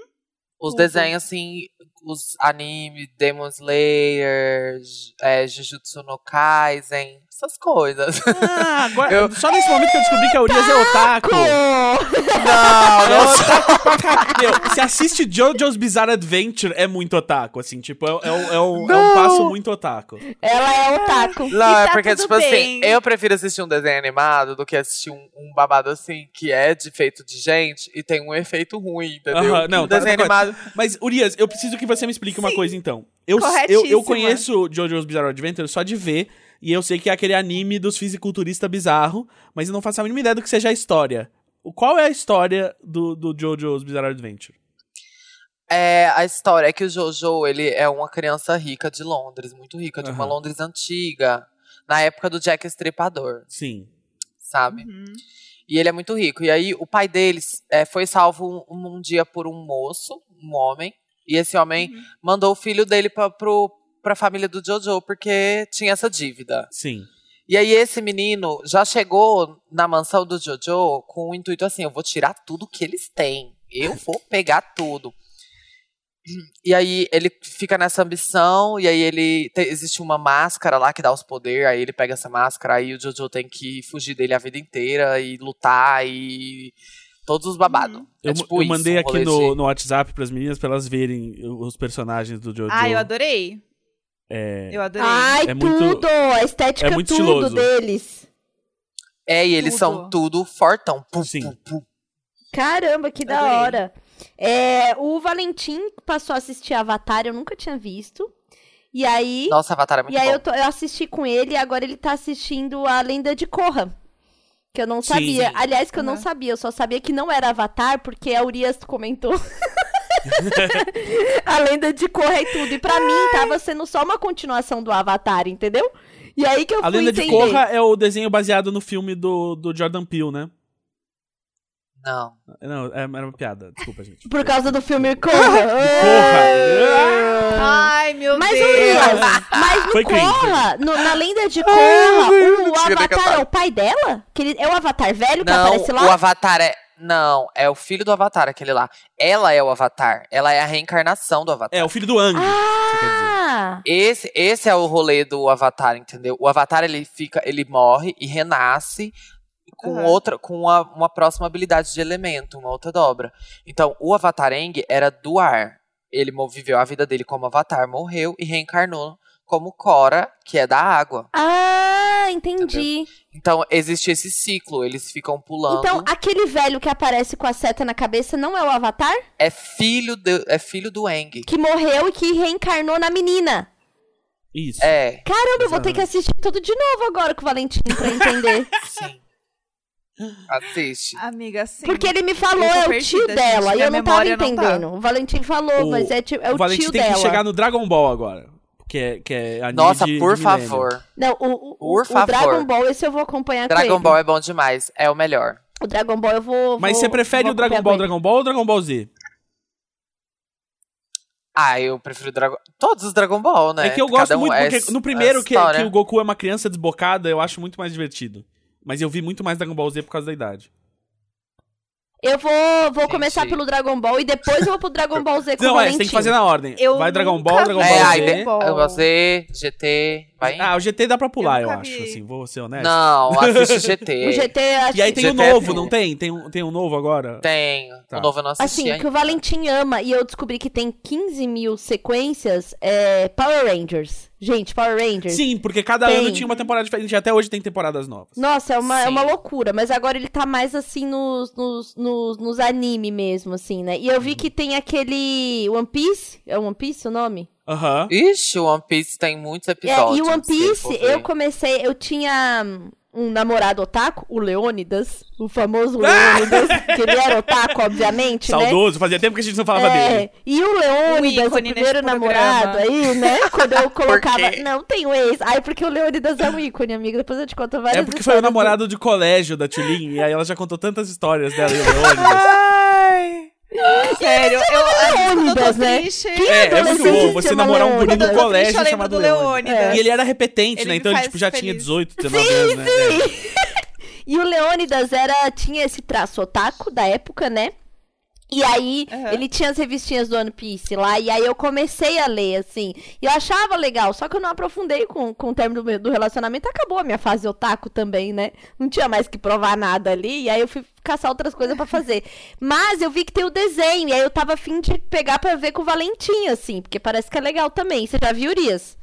Os Tudo. desenhos, assim, os anime, Demon Slayer, J- é, Jujutsu no Kaisen, essas coisas. Ah, agora, Eu- só nesse momento que eu descobri que a Urias é otaku. Com- Não, É otaku pra caralho. Meu, se assiste JoJo's Bizarre Adventure, é muito otaku, assim, tipo, é, é um- é um, é um Não. passo muito otaku. Ela é otaku. Não, E é tá porque, tudo tipo assim, bem. eu prefiro assistir um desenho animado do que assistir um, um babado assim, que é de feito de gente e tem um efeito ruim, entendeu? Aham, não, um tá- desenho tá correto. animado. Mas, Urias, eu preciso que você me explique uma coisa, então. Eu, eu, Corretíssima. eu conheço JoJo's Bizarre Adventure só de ver, e eu sei que é aquele anime dos fisiculturistas bizarro, mas eu não faço a mínima ideia do que seja a história. O- Qual é a história do, do JoJo's Bizarre Adventure? É, a história é que o Jojo, ele é uma criança rica de Londres, muito rica, de uma Aham. Londres antiga, na época do Jack Estripador, Sim. sabe? Uhum. E ele é muito rico. E aí, o pai deles eh, foi salvo um, um dia por um moço, um homem. E esse homem Uhum. mandou o filho dele pra, pro, pra família do Jojo, porque tinha essa dívida. Sim. E aí, esse menino já chegou na mansão do Jojo com o intuito assim: eu vou tirar tudo que eles têm. Eu vou pegar tudo. E aí, ele fica nessa ambição, e aí ele. te- existe uma máscara lá que dá os poderes, aí ele pega essa máscara, aí o Jojo tem que fugir dele a vida inteira e lutar e. Todos os babados. É Uhum. Eu, tipo eu isso, mandei um aqui rolê no, de- no WhatsApp pras meninas pra elas verem os personagens do JoJo. Ah, eu adorei. É, Eu adorei. Ai, É muito- tudo! a estética é muito tudo estiloso. deles. É, e eles são tudo fortão. Pum, Sim. pum, pum. Caramba, que da Adorei. hora. É, o Valentim passou a assistir Avatar, eu nunca tinha visto. E aí, Nossa, Avatar é muito e aí bom. eu, tô- eu assisti com ele e agora ele tá assistindo a Lenda de Korra. Que eu não Sim. sabia. Sim. Aliás, que eu não Uhum. sabia, eu só sabia que não era Avatar, porque a Urias comentou. [LAUGHS] a lenda de Korra e tudo. E pra mim, tava sendo só uma continuação do Avatar, entendeu? E aí que eu A fui Lenda entender. de Korra é o desenho baseado no filme do, do Jordan Peele, né? Não. Não, é- era uma piada. Desculpa, gente. Por causa [LAUGHS] do filme Korra. Ah! Korra! Ai, meu Mas, Deus. Urias, mas no Foi cringe, Korra, no- na lenda de eu Korra, não o, tinha nem Avatar é cantado. o pai dela? Que ele, é o Avatar velho que Não, aparece o lá? Avatar é. Não, é o filho do Avatar, aquele lá. Ela é o Avatar. Ela é a reencarnação do Avatar. É, o filho do Ang. você quer dizer. Ah! Esse, esse é o rolê do Avatar, entendeu? O Avatar ele fica, ele morre e renasce com Aham. outra, com uma, uma próxima habilidade de elemento, uma outra dobra. Então, o Avatareng era do ar. Ele mo- viveu a vida dele como Avatar, morreu e reencarnou como Cora, que é da água. Ah, entendi. Então, existe esse ciclo, eles ficam pulando. Então, aquele velho que aparece com a seta na cabeça não é o Avatar? É filho do, é filho do Eng. Que morreu e que reencarnou na menina. Isso. É, Caramba, eu vou ter que assistir tudo de novo agora com o Valentim pra [LAUGHS] entender. sim. Assiste. Amiga, assim. sim. Porque ele me falou, Eu tô é o perdida, tio gente, dela. E minha eu não tava memória não tá. entendendo. O Valentim falou, O- mas é, ti- é o, o Valente tio tem dela. que chegar no Dragon Ball agora. Que é, que é anime Nossa, de- por de milênio. favor. Não, o, o- Por o favor. Dragon Ball, esse eu vou acompanhar com Dragon ele. Ball é bom demais, é o melhor. O Dragon Ball eu vou. Mas vou- você prefere vou o Dragon acompanhar Ball, com ele. Dragon Ball ou Dragon Ball Z? Ah, eu prefiro Dragon. Todos os Dragon Ball, né? É que eu gosto Cada um muito, é porque s- no primeiro é que, que história. o Goku é uma criança desbocada, eu acho muito mais divertido. Mas eu vi muito mais Dragon Ball Z por causa da idade. Eu vou, vou Entendi. começar pelo Dragon Ball e depois eu vou pro Dragon Ball Z com o Não, é, Valentim. você tem que fazer na ordem. Eu vai Dragon nunca Ball, Dragon vi Ball É, Z. aí Dragon de- Ball. Dragon Ball Z, GT, vai. Ah, o GT dá pra pular, Eu eu, nunca acho, vi. assim, vou ser honesto. [LAUGHS] Não, assiste o GT. O assim, GT, acho E aí tem o GT é novo, bom. não tem? Tem um, tem um novo agora? Tem. Tá. O novo eu não assisti Assim, que ainda. o Valentim ama e eu descobri que tem 15 mil sequências é Power Rangers. Gente, Power Rangers. Sim, porque cada Tem. ano tinha uma temporada diferente. e Até hoje tem temporadas novas. Nossa, é uma, é Sim. uma loucura, mas agora ele tá mais assim nos, nos, nos, nos anime mesmo, assim, né? E eu Uhum. vi que tem aquele One Piece, é One Piece o nome? Aham. Ixi, o One Piece tem muitos É, episódios. e o One se Piece, for ver. eu comecei, eu tinha hum, um namorado otaku, o Leônidas, o famoso Ah! Leônidas, [LAUGHS] que ele era otaku, obviamente, né? Saudoso, fazia tempo que a gente não falava É, dele. E o Um Leônidas, o ícone primeiro neste namorado programa. aí, [LAUGHS] né? Quando eu colocava. quê? Não, tem o ex. Ai, porque o Leônidas é um ícone, amiga. Depois eu te conto É várias porque foi o histórias do- namorado de colégio da Tulin, e aí ela já contou tantas histórias [LAUGHS] dela e o Leônidas. Ai. Sério, eu, eu, eu tô Leônidas, é né? triste. Quem É, é adolescente muito bom se você chama namorar um Leônidas? guri Quando do eu tô triste, eu colégio lembro chamado do Leônidas. É. Leônidas. E ele era repetente, Ele né? me Então ele faz tipo, já tinha feliz. 18, 19 anos, né? É. [LAUGHS] E o Leônidas era, tinha esse traço otaku da época, né? E aí, Aham. ele tinha as revistinhas do One Piece lá, e aí eu comecei a ler, assim. E eu achava legal, só que eu não aprofundei com, com o término do, meu- do relacionamento. Acabou a minha fase otaku também, né? Não tinha mais que provar nada ali, e aí eu fui caçar outras coisas pra fazer. Mas eu vi que tem o desenho, e aí eu tava afim de pegar pra ver com o Valentim, assim, porque parece que é legal também. Você já viu, Urias?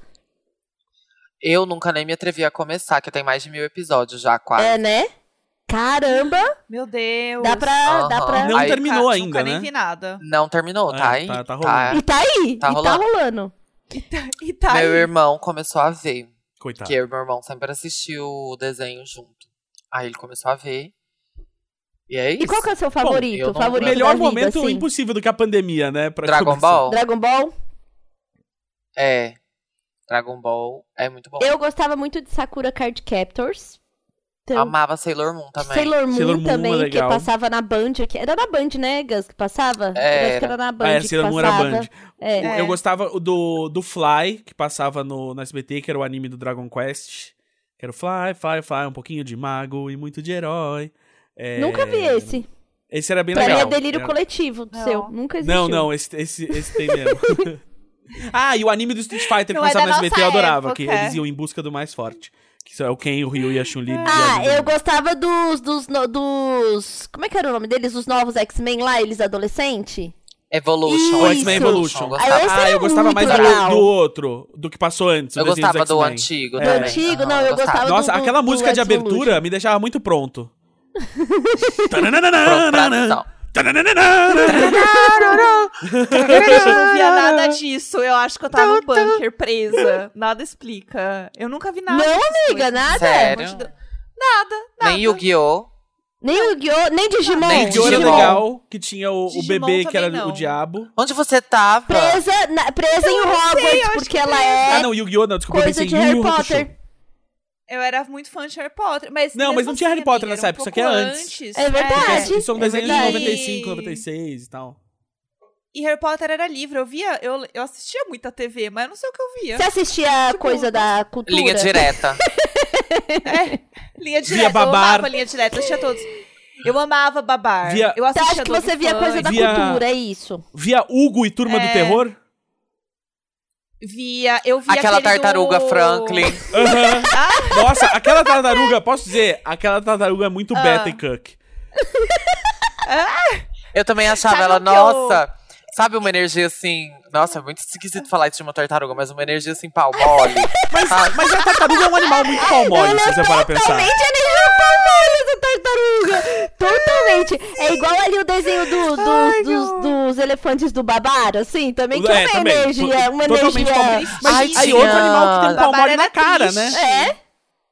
Eu nunca nem me atrevi a começar, que tem mais de mil episódios já, quase. É, né? Caramba! Meu Deus. Dá pra. Dá Aham. pra... Não Aí- terminou Nunca- ainda, Nunca nem né? vi nada. Não terminou, Ah, tá aí? tá- tá E [LAUGHS] rolando. tá Tá aí, e tá rolando. rolando. E tá Meu aí. irmão começou a ver. Coitado. Porque eu e meu irmão sempre assistiu o desenho junto. Aí ele começou a ver. E é isso. E qual que é o seu eu favorito? não- favorito da Melhor vida, momento assim? impossível do que a pandemia, né? pra um Dragon começar. Ball? Dragon Ball. É. Dragon Ball é muito bom. Eu gostava muito de Sakura Card Captors. Então, Amava Sailor Moon também. Sailor Moon Sailor Moon é também, que legal. passava na Band. Que era na Band, né, Gus, que passava? É, Eu acho que era na Band Ah, é, que Sailor Moon era passava. Band. É. Eu gostava do, do Fly, que passava no, no SBT, que era o anime do Dragon Quest. Que era o Fly, Fly, Fly, um pouquinho de mago e muito de herói. É, Nunca vi esse. Esse era bem Pra mim é legal. delírio Era- coletivo Não. seu. Nunca existiu. Não, não, esse, esse, esse tem mesmo. ah, e o anime do Street Fighter que Não é passava da no SBT eu nossa adorava, que época. eles iam em busca do mais forte. Que só é o Ken, o Ryu e a Chun-Li. e a Ah, Liu. eu gostava dos, dos, no- dos... Como é que era o nome deles? Os novos X-Men lá, eles adolescentes? Evolution. Isso. O X-Men Evolution. Eu gostava, Aí esse ah, eu era gostava muito mais legal. do, do outro, do que passou antes. o eu desenho dos gostava do X-Men. antigo É. Do também. antigo? Aham, Não, eu gostava do- Nossa, do- aquela do música de Ed Solution. abertura me deixava muito pronto. Protração. Gente, [LAUGHS] eu não via nada disso. Eu acho que eu tava no bunker presa. Nada explica. Eu nunca vi nada. Não, dessas amiga, coisas. nada. é, Sério? Pelo amor de Deus. Nem Yu-Gi-Oh! Nem o Yu-Gi-Oh! Nem Digimon. Nem Que era Digimon. legal, que tinha o, o Digimon bebê que também era o não. diabo. Onde você Tá. tava? Presa, na- presa em sei, Hogwarts, eu acho porque que ela Ah, é não, Yu-Gi-Oh! Não, desculpa, eu coisa pensei de em Harry Yu Hakusho. Potter. Eu era muito fã de Harry Potter. Mas Não, mas mesmo não tinha assim, Harry Potter amiga, nessa era um época, isso pouco aqui é antes. É verdade. Porque Isso é um é desenho de verdade. 95, 96 e tal. E Harry Potter era livre. Eu via, eu, eu assistia muito a TV, mas eu não sei o que eu via. Você assistia a Tipo, coisa da cultura? Linha [LAUGHS] direta. Linha direta, Babar. eu amava linha direta, eu assistia todos. Eu amava babar. Via- Eu Você assistia acha que Dog você via Fun. coisa da Via- cultura, é isso. Via Hugo e Turma do É. Terror? Via, eu vi Aquela aquele do- tartaruga Franklin. Aham. Nossa, aquela tartaruga, posso dizer, aquela tartaruga é muito Ah. Betty Cook. Eu também achava Sabe ela, o que eu- nossa. Sabe uma energia assim. Nossa, é muito esquisito falar isso de uma tartaruga, mas uma energia assim, pau mole. Mas, mas a tartaruga é um animal muito pau mole, se você parar pra pensar. Totalmente energia palmeira da tartaruga! Totalmente! Ah, É igual ali o desenho do- dos- dos, dos elefantes do babar, assim, também que é, É, uma também. energia, uma Totalmente energia. palmeira. Ai, Mas aí outro tinha- animal que tem um pau Babara mole na era cara, né? triste. É?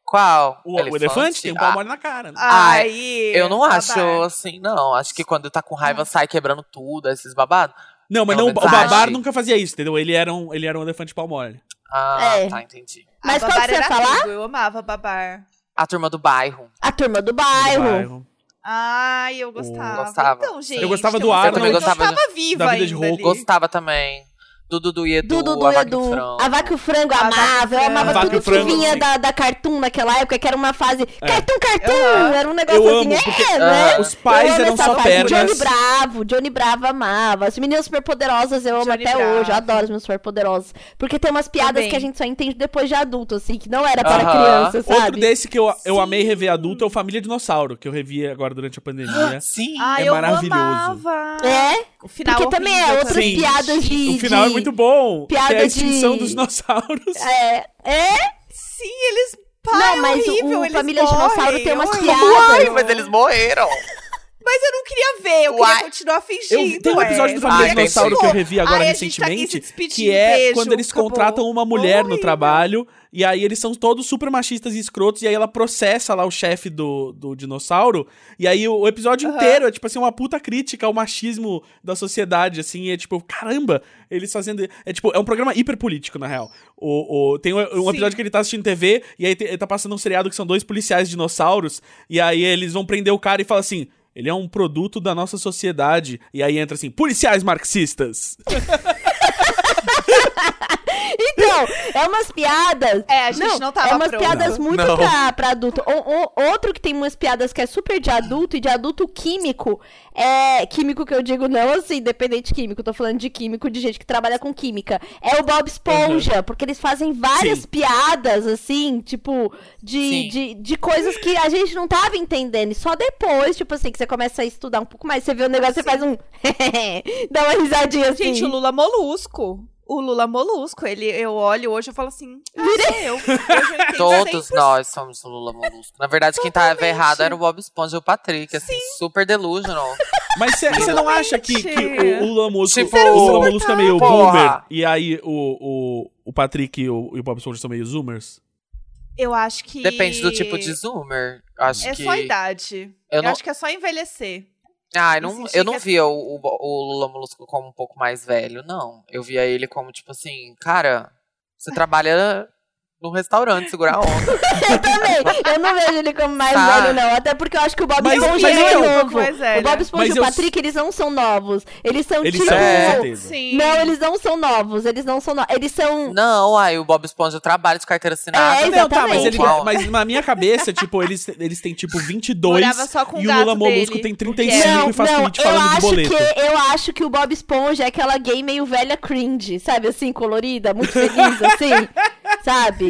Qual? O, o elefante? tem um ah. pau mole na cara. Ah. Né? Ai, Aí, Eu não babar. acho assim, não. Acho que quando tá com raiva sai quebrando tudo, esses babados. não, mas não, não, o verdade. Babar nunca fazia isso, entendeu? Ele era um, ele era um elefante pau mole. Ah, É. tá, entendi. A Mas qual Ah, Babar que você ia era falar? tudo, Eu amava Babar. A turma do bairro. A turma do bairro. um Bairro. Ai, eu gostava. gostava. Então, gente, gostava então do você Arnold. também Eu gostava não tava viva da vida de ainda Hulk. ali. Gostava também. Do Dudu e Edu, Dudu, do a Vaca e o Edu. Frango. A vaca e o frango eu A Vaca e o amava. Eu Frango. amava A Vaca e tudo o Frango, que vinha sim. É. da, da Cartoon naquela época, que era uma fase. Cartoon, Cartoon! Aham. Era um negócio Eu assim, amo, porque- é, Ah. né? Os pais eu amo eram essa só fase. pernas. Johnny Bravo, Johnny Bravo amava. As meninas superpoderosas eu amo Johnny até Bravo. hoje. Eu adoro as meninas superpoderosas. Porque tem umas piadas Também. que a gente só entende depois de adulto, assim, que não era para Aham. criança, sabe? Outro desse que eu, eu amei rever adulto é o Família Dinossauro, que eu revi agora durante a pandemia. Sim. Ai, É eu maravilhoso. amava. É, O final porque também é horrível outras também. piadas de. o final é de- muito bom. que piada é de- a extinção dos dinossauros. É, é. Sim, eles... Pá, Não, é mas o- horrível, o eles Família morrem, Dinossauro tem umas horrível. piadas. Ai, mas eles morreram. Mas eu não queria ver, eu Uai. queria [LAUGHS] continuar Eu fingindo. vi- tem um episódio do é. Família Ai, Dinossauro tem que eu sim. revi agora Ai, a gente tá aqui recentemente, se despedindo, que é beijo, quando eles acabou. contratam uma mulher no Horrível. trabalho e aí eles são todos super machistas e escrotos e aí ela processa lá o chefe do, do dinossauro e aí o, o episódio inteiro é tipo assim uma puta crítica ao machismo da sociedade assim, e é tipo, caramba, eles fazendo é tipo, é um programa hiperpolítico na real. O, o- tem um, um Sim. episódio que ele tá assistindo TV e aí te- ele tá passando um seriado que são dois policiais dinossauros e aí eles vão prender o cara e fala assim: ele é um produto da nossa sociedade. E aí entra assim, policiais marxistas. [LAUGHS] Então, é umas piadas. É, a gente não tava É umas pronta. piadas muito Não. pra, pra adulto. O- o- outro que tem umas piadas que é super de adulto e de adulto químico. É. Químico que eu digo não assim, dependente químico. Tô falando de químico, de gente que trabalha com química. É o Bob Esponja, Uhum. porque eles fazem várias Sim. piadas, assim, tipo, de, Sim. de, de coisas que a gente não tava entendendo. E só depois, tipo assim, que você começa a estudar um pouco mais, você vê o negócio, você faz um. [LAUGHS] dá uma risadinha assim. Gente, o Lula Molusco. O Lula Molusco, ele, eu olho hoje e falo assim, ah, sou eu. [LAUGHS] Hoje eu entendo Todos 100%. nós somos o Lula Molusco. Na verdade, quem tava Totalmente. errado era o Bob Esponja e o Patrick. Assim, super delusional. Mas você não acha que, que o, o Lula Molusco, Tipo, o Lula Molusco é meio porra. boomer? E aí o, o, o Patrick e o, e o Bob Esponja são meio zoomers? Eu acho que... Depende do tipo de zoomer. Acho É que. só a idade. Eu Eu, não, acho que é só envelhecer. ah, eu não, Existe eu não que- é via o, o, o Lula Molusco como um pouco mais velho, não. Eu via ele como, tipo assim, cara, [LAUGHS] você trabalha num restaurante, segura a onda. Eu também. Eu não vejo ele como mais Tá. velho, não. Até porque eu acho que o Bob Mas- Esponja mas não é eu- novo. Pois é, O Bob Esponja Mas e o eu- Patrick, eles não são novos. Eles são Eles tipo. são, com É. certeza. Sim. Não, eles não são novos. Eles não são novos. Eles são. Não, aí o Bob Esponja trabalha de carteira assinada. É, Não, tá, mas, Exatamente. ele, mas na minha cabeça, tipo, eles, eles têm tipo 22 Morava só com o e o gato Lula Molusco dele, tem porque é. 35 não, e faz não, tweet eu falando de acho boleto. que eu acho que o Bob Esponja é aquela gay meio velha cringe, sabe assim, colorida, muito [LAUGHS] feliz assim, sabe?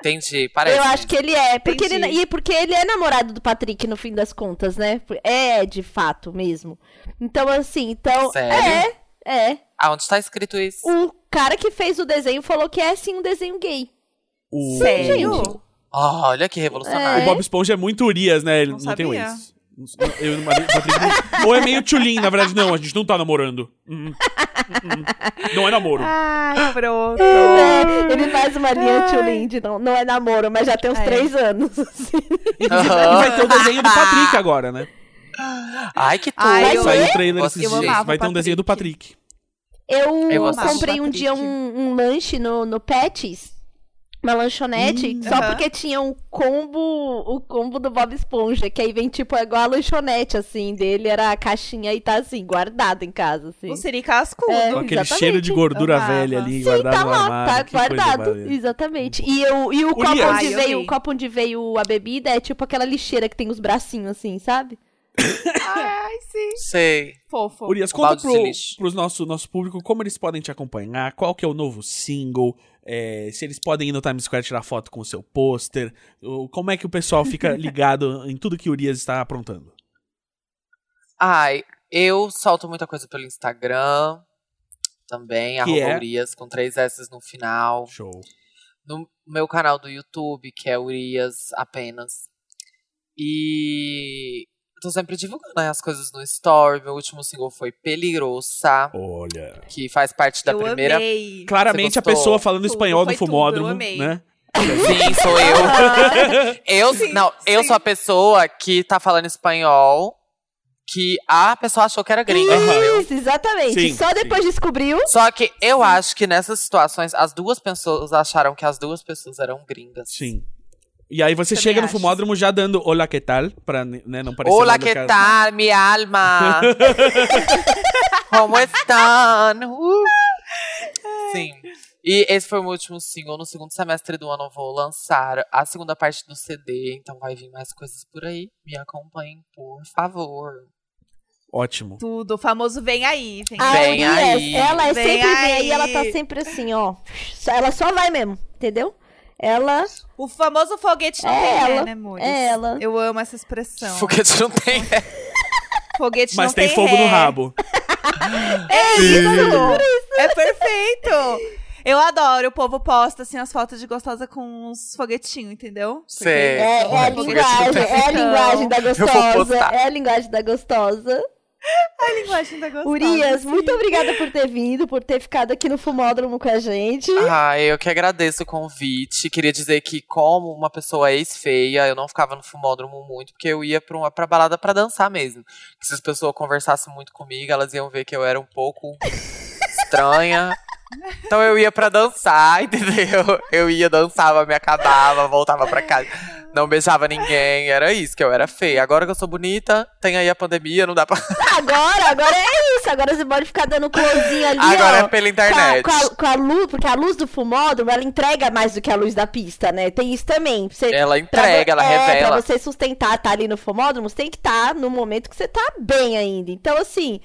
Entendi, parece. Eu acho que ele é, porque ele Entendi. e porque ele é namorado do Patrick no fim das contas, né? É de fato mesmo. Então assim, então Sério? é, é. Aonde tá escrito isso? O cara que fez o desenho falou que é sim um desenho gay. é O, Sério? o- Ah, olha que O revolucionário. É. Bob Esponja é muito Urias, né? Ele não, Não tem um sabia. ex. Eu e o marido- Patrick não- Ou é meio tchulin, na verdade, não. A gente não tá namorando. Hum, hum, hum. Não é [LAUGHS] namoro. Ah, Ai, pronto. É, ele faz uma linha tio Lindy, não, não é namoro, mas já tem uns É. três anos. assim. Inclusive, Aham. vai ter o desenho do Patrick agora, né? Ai, que tudo. Ai, eu- Saiu o trailer Nossa, esses eu dias. amava Vai o ter um desenho do Patrick. Eu, Eu amava comprei o um Patrick. dia um, um lanche no, no Patties, uma lanchonete, só Hum, aham. porque tinha um combo, o combo do Bob Esponja, que aí vem tipo é igual a lanchonete assim dele, era a caixinha e tá assim guardada em casa assim. O Siri Cascudo. É. Com aquele Exatamente. cheiro de gordura Amava. velha ali, Sim, guardado tá no lá, armário. tá Que coisa guardado. maravilhosa. Exatamente. E, eu, e o, copo Urias. onde Ai, eu veio, vi. o copo onde veio a bebida é tipo aquela lixeira que tem os bracinhos assim, sabe? Ai, sim. Sei. Ah, é Fofo. Urias, Um conta balde de pro, lixo. pros nosso, nosso público como eles podem te acompanhar, qual que é o novo single, é, se eles podem ir no Times Square tirar foto com o seu pôster, ou como é que o pessoal fica ligado em tudo que o Urias está aprontando. Ai, eu solto muita coisa pelo Instagram também, arroba é? Urias, com três S no final. Show. No meu canal do YouTube, que é Urias apenas. E eu tô sempre divulgando né, as coisas no Story. Meu último single foi Peligrosa, Olha. que faz parte da eu primeira. amei. Claramente a gostou? pessoa falando Tudo, espanhol do foi tudo, eu fumódromo, amei. né? [LAUGHS] Sim, sou eu. Eu, Sim, não, eu sim. sou a pessoa que tá falando espanhol que a pessoa achou que era gringa. entendeu? Isso, exatamente. Sim, Só depois descobriu. Só que eu acho que nessas situações, as duas pessoas acharam que as duas pessoas eram gringas. Sim. E aí você Também chega no acho. fumódromo já dando olá que tal, pra né, não parecer Olá, nada que cara- tal, mi alma? Como estão? Uh! Sim. E esse foi o meu último single. No segundo semestre do ano eu vou lançar a segunda parte do CD. Então vai vir mais coisas por aí. Me acompanhem, por favor. Ótimo. Tudo, o famoso vem aí, vem A aí. Vem Urias, aí. ela é Vem sempre bem aí, aí. ela tá sempre assim, ó. Ela só vai mesmo, entendeu? Ela. O famoso foguete não É tem ré, ela, né, amores? é ela. Eu amo essa expressão. Foguete não tem. Foguete Mas [LAUGHS] não tem tem, fogo ré. no rabo. É isso! É perfeito! Eu adoro, o povo posta assim as fotos de gostosa com uns foguetinhos, entendeu? Porque- Sei. É, É, é a correto, linguagem, foguete. é a linguagem da vou gostosa. postar. É a linguagem da gostosa. A linguagem da gostosa. Urias, sim. muito obrigada por ter vindo, por ter ficado aqui no fumódromo com a gente. Ah, eu que agradeço o convite. Queria dizer que, como uma pessoa ex-feia, eu não ficava no fumódromo muito, porque eu ia pra, uma, pra balada pra dançar mesmo. Que se as pessoas conversassem muito comigo, elas iam ver que eu era um pouco estranha. Então eu ia pra dançar, [LAUGHS] entendeu? Eu ia, dançava, me acabava, voltava pra casa. Não beijava ninguém, era isso, que eu era feia. Agora que eu sou bonita, tem aí a pandemia, não dá pra. Agora, agora é isso. Agora você pode ficar dando closinha ali, Agora ó. é pela internet. Com a, com a- com a luz, porque a luz do fumódromo, ela entrega mais do que a luz da pista, né? Tem isso também. Você, Ela pra vo- entrega, ela é, revela. Pra você sustentar, tá ali no fumódromo, você tem que estar no momento que você tá bem ainda. Então, assim,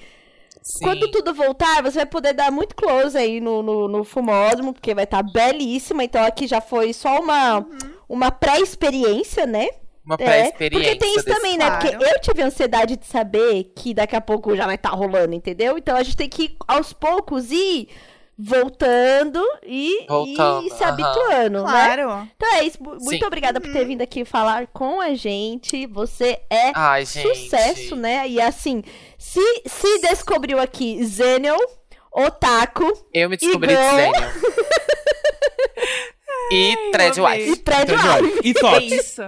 Sim. quando tudo voltar, você vai poder dar muito close aí no, no, no fumódromo, porque vai estar belíssima. Então, aqui já foi só uma, Uhum. uma pré-experiência, né? Uma É, pré-experiência. porque tem isso desse também, né? claro. Porque eu tive ansiedade de saber que daqui a pouco já vai estar rolando, entendeu? Então a gente tem que aos poucos ir voltando e, Voltando, e se aham. habituando, né? Claro. Então é isso. Mu- Sim. Muito obrigada por ter vindo aqui falar com a gente. Você é Ai, gente. sucesso, né? E assim, se, se descobriu aqui Zenion, Otaku Eu me descobri Igual. desenho. e e Threadwise. Prédio Entendeu? Live. E É thoughts. isso.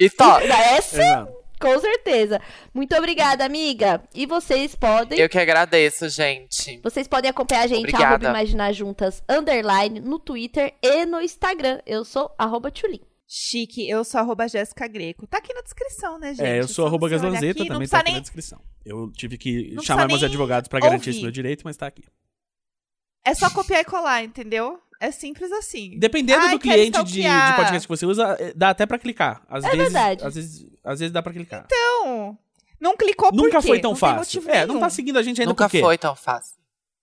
E top. [LAUGHS] Essa, Exato. com certeza. Muito obrigada, amiga. E vocês podem. Eu que agradeço, gente. Vocês podem acompanhar a gente, Obrigada. arroba Imaginar Juntas, underline, no Twitter e no Instagram. Eu sou arroba Tchulin. Chique, eu sou arroba Jéssica Greco. Tá aqui na descrição, né, gente? É, eu sou Só arroba você olhar Gazanzeta, aqui, também não tá precisa aqui na nem... descrição. Eu tive que Não chamar precisa meus nem advogados pra garantir esse ouvir. meu direito, mas tá aqui. É só copiar e colar, entendeu? É simples assim. Dependendo Ai, do quero cliente de, stalkear. de podcast que você usa, eh, dá até pra clicar. Às vezes, verdade. Às vezes, às vezes dá pra clicar. Então, não clicou por Nunca quê? foi tão Não tem fácil. motivo É, não nenhum. tá seguindo a gente ainda Nunca por quê? foi tão fácil.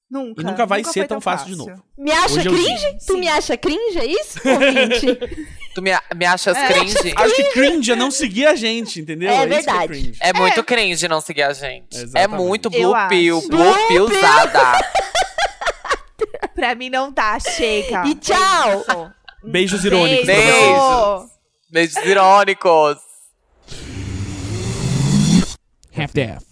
Nunca. E nunca vai ser foi tão fácil de novo. Me acha Hoje eu cringe? Tu Sim. me acha cringe, é [LAUGHS] isso, ouvinte? Tu me, me achas É. [LAUGHS] cringe? Acho que cringe é não seguir a gente, entendeu? É isso que verdade. cringe. É muito cringe não seguir a gente. É Exatamente. muito Eu blue acho. pill, Blue blue pill usada. Pra mim não dá, chega. E tchau! Isso. Beijos irônicos pra Beijo. vocês. Beijos irônicos. half-deaf.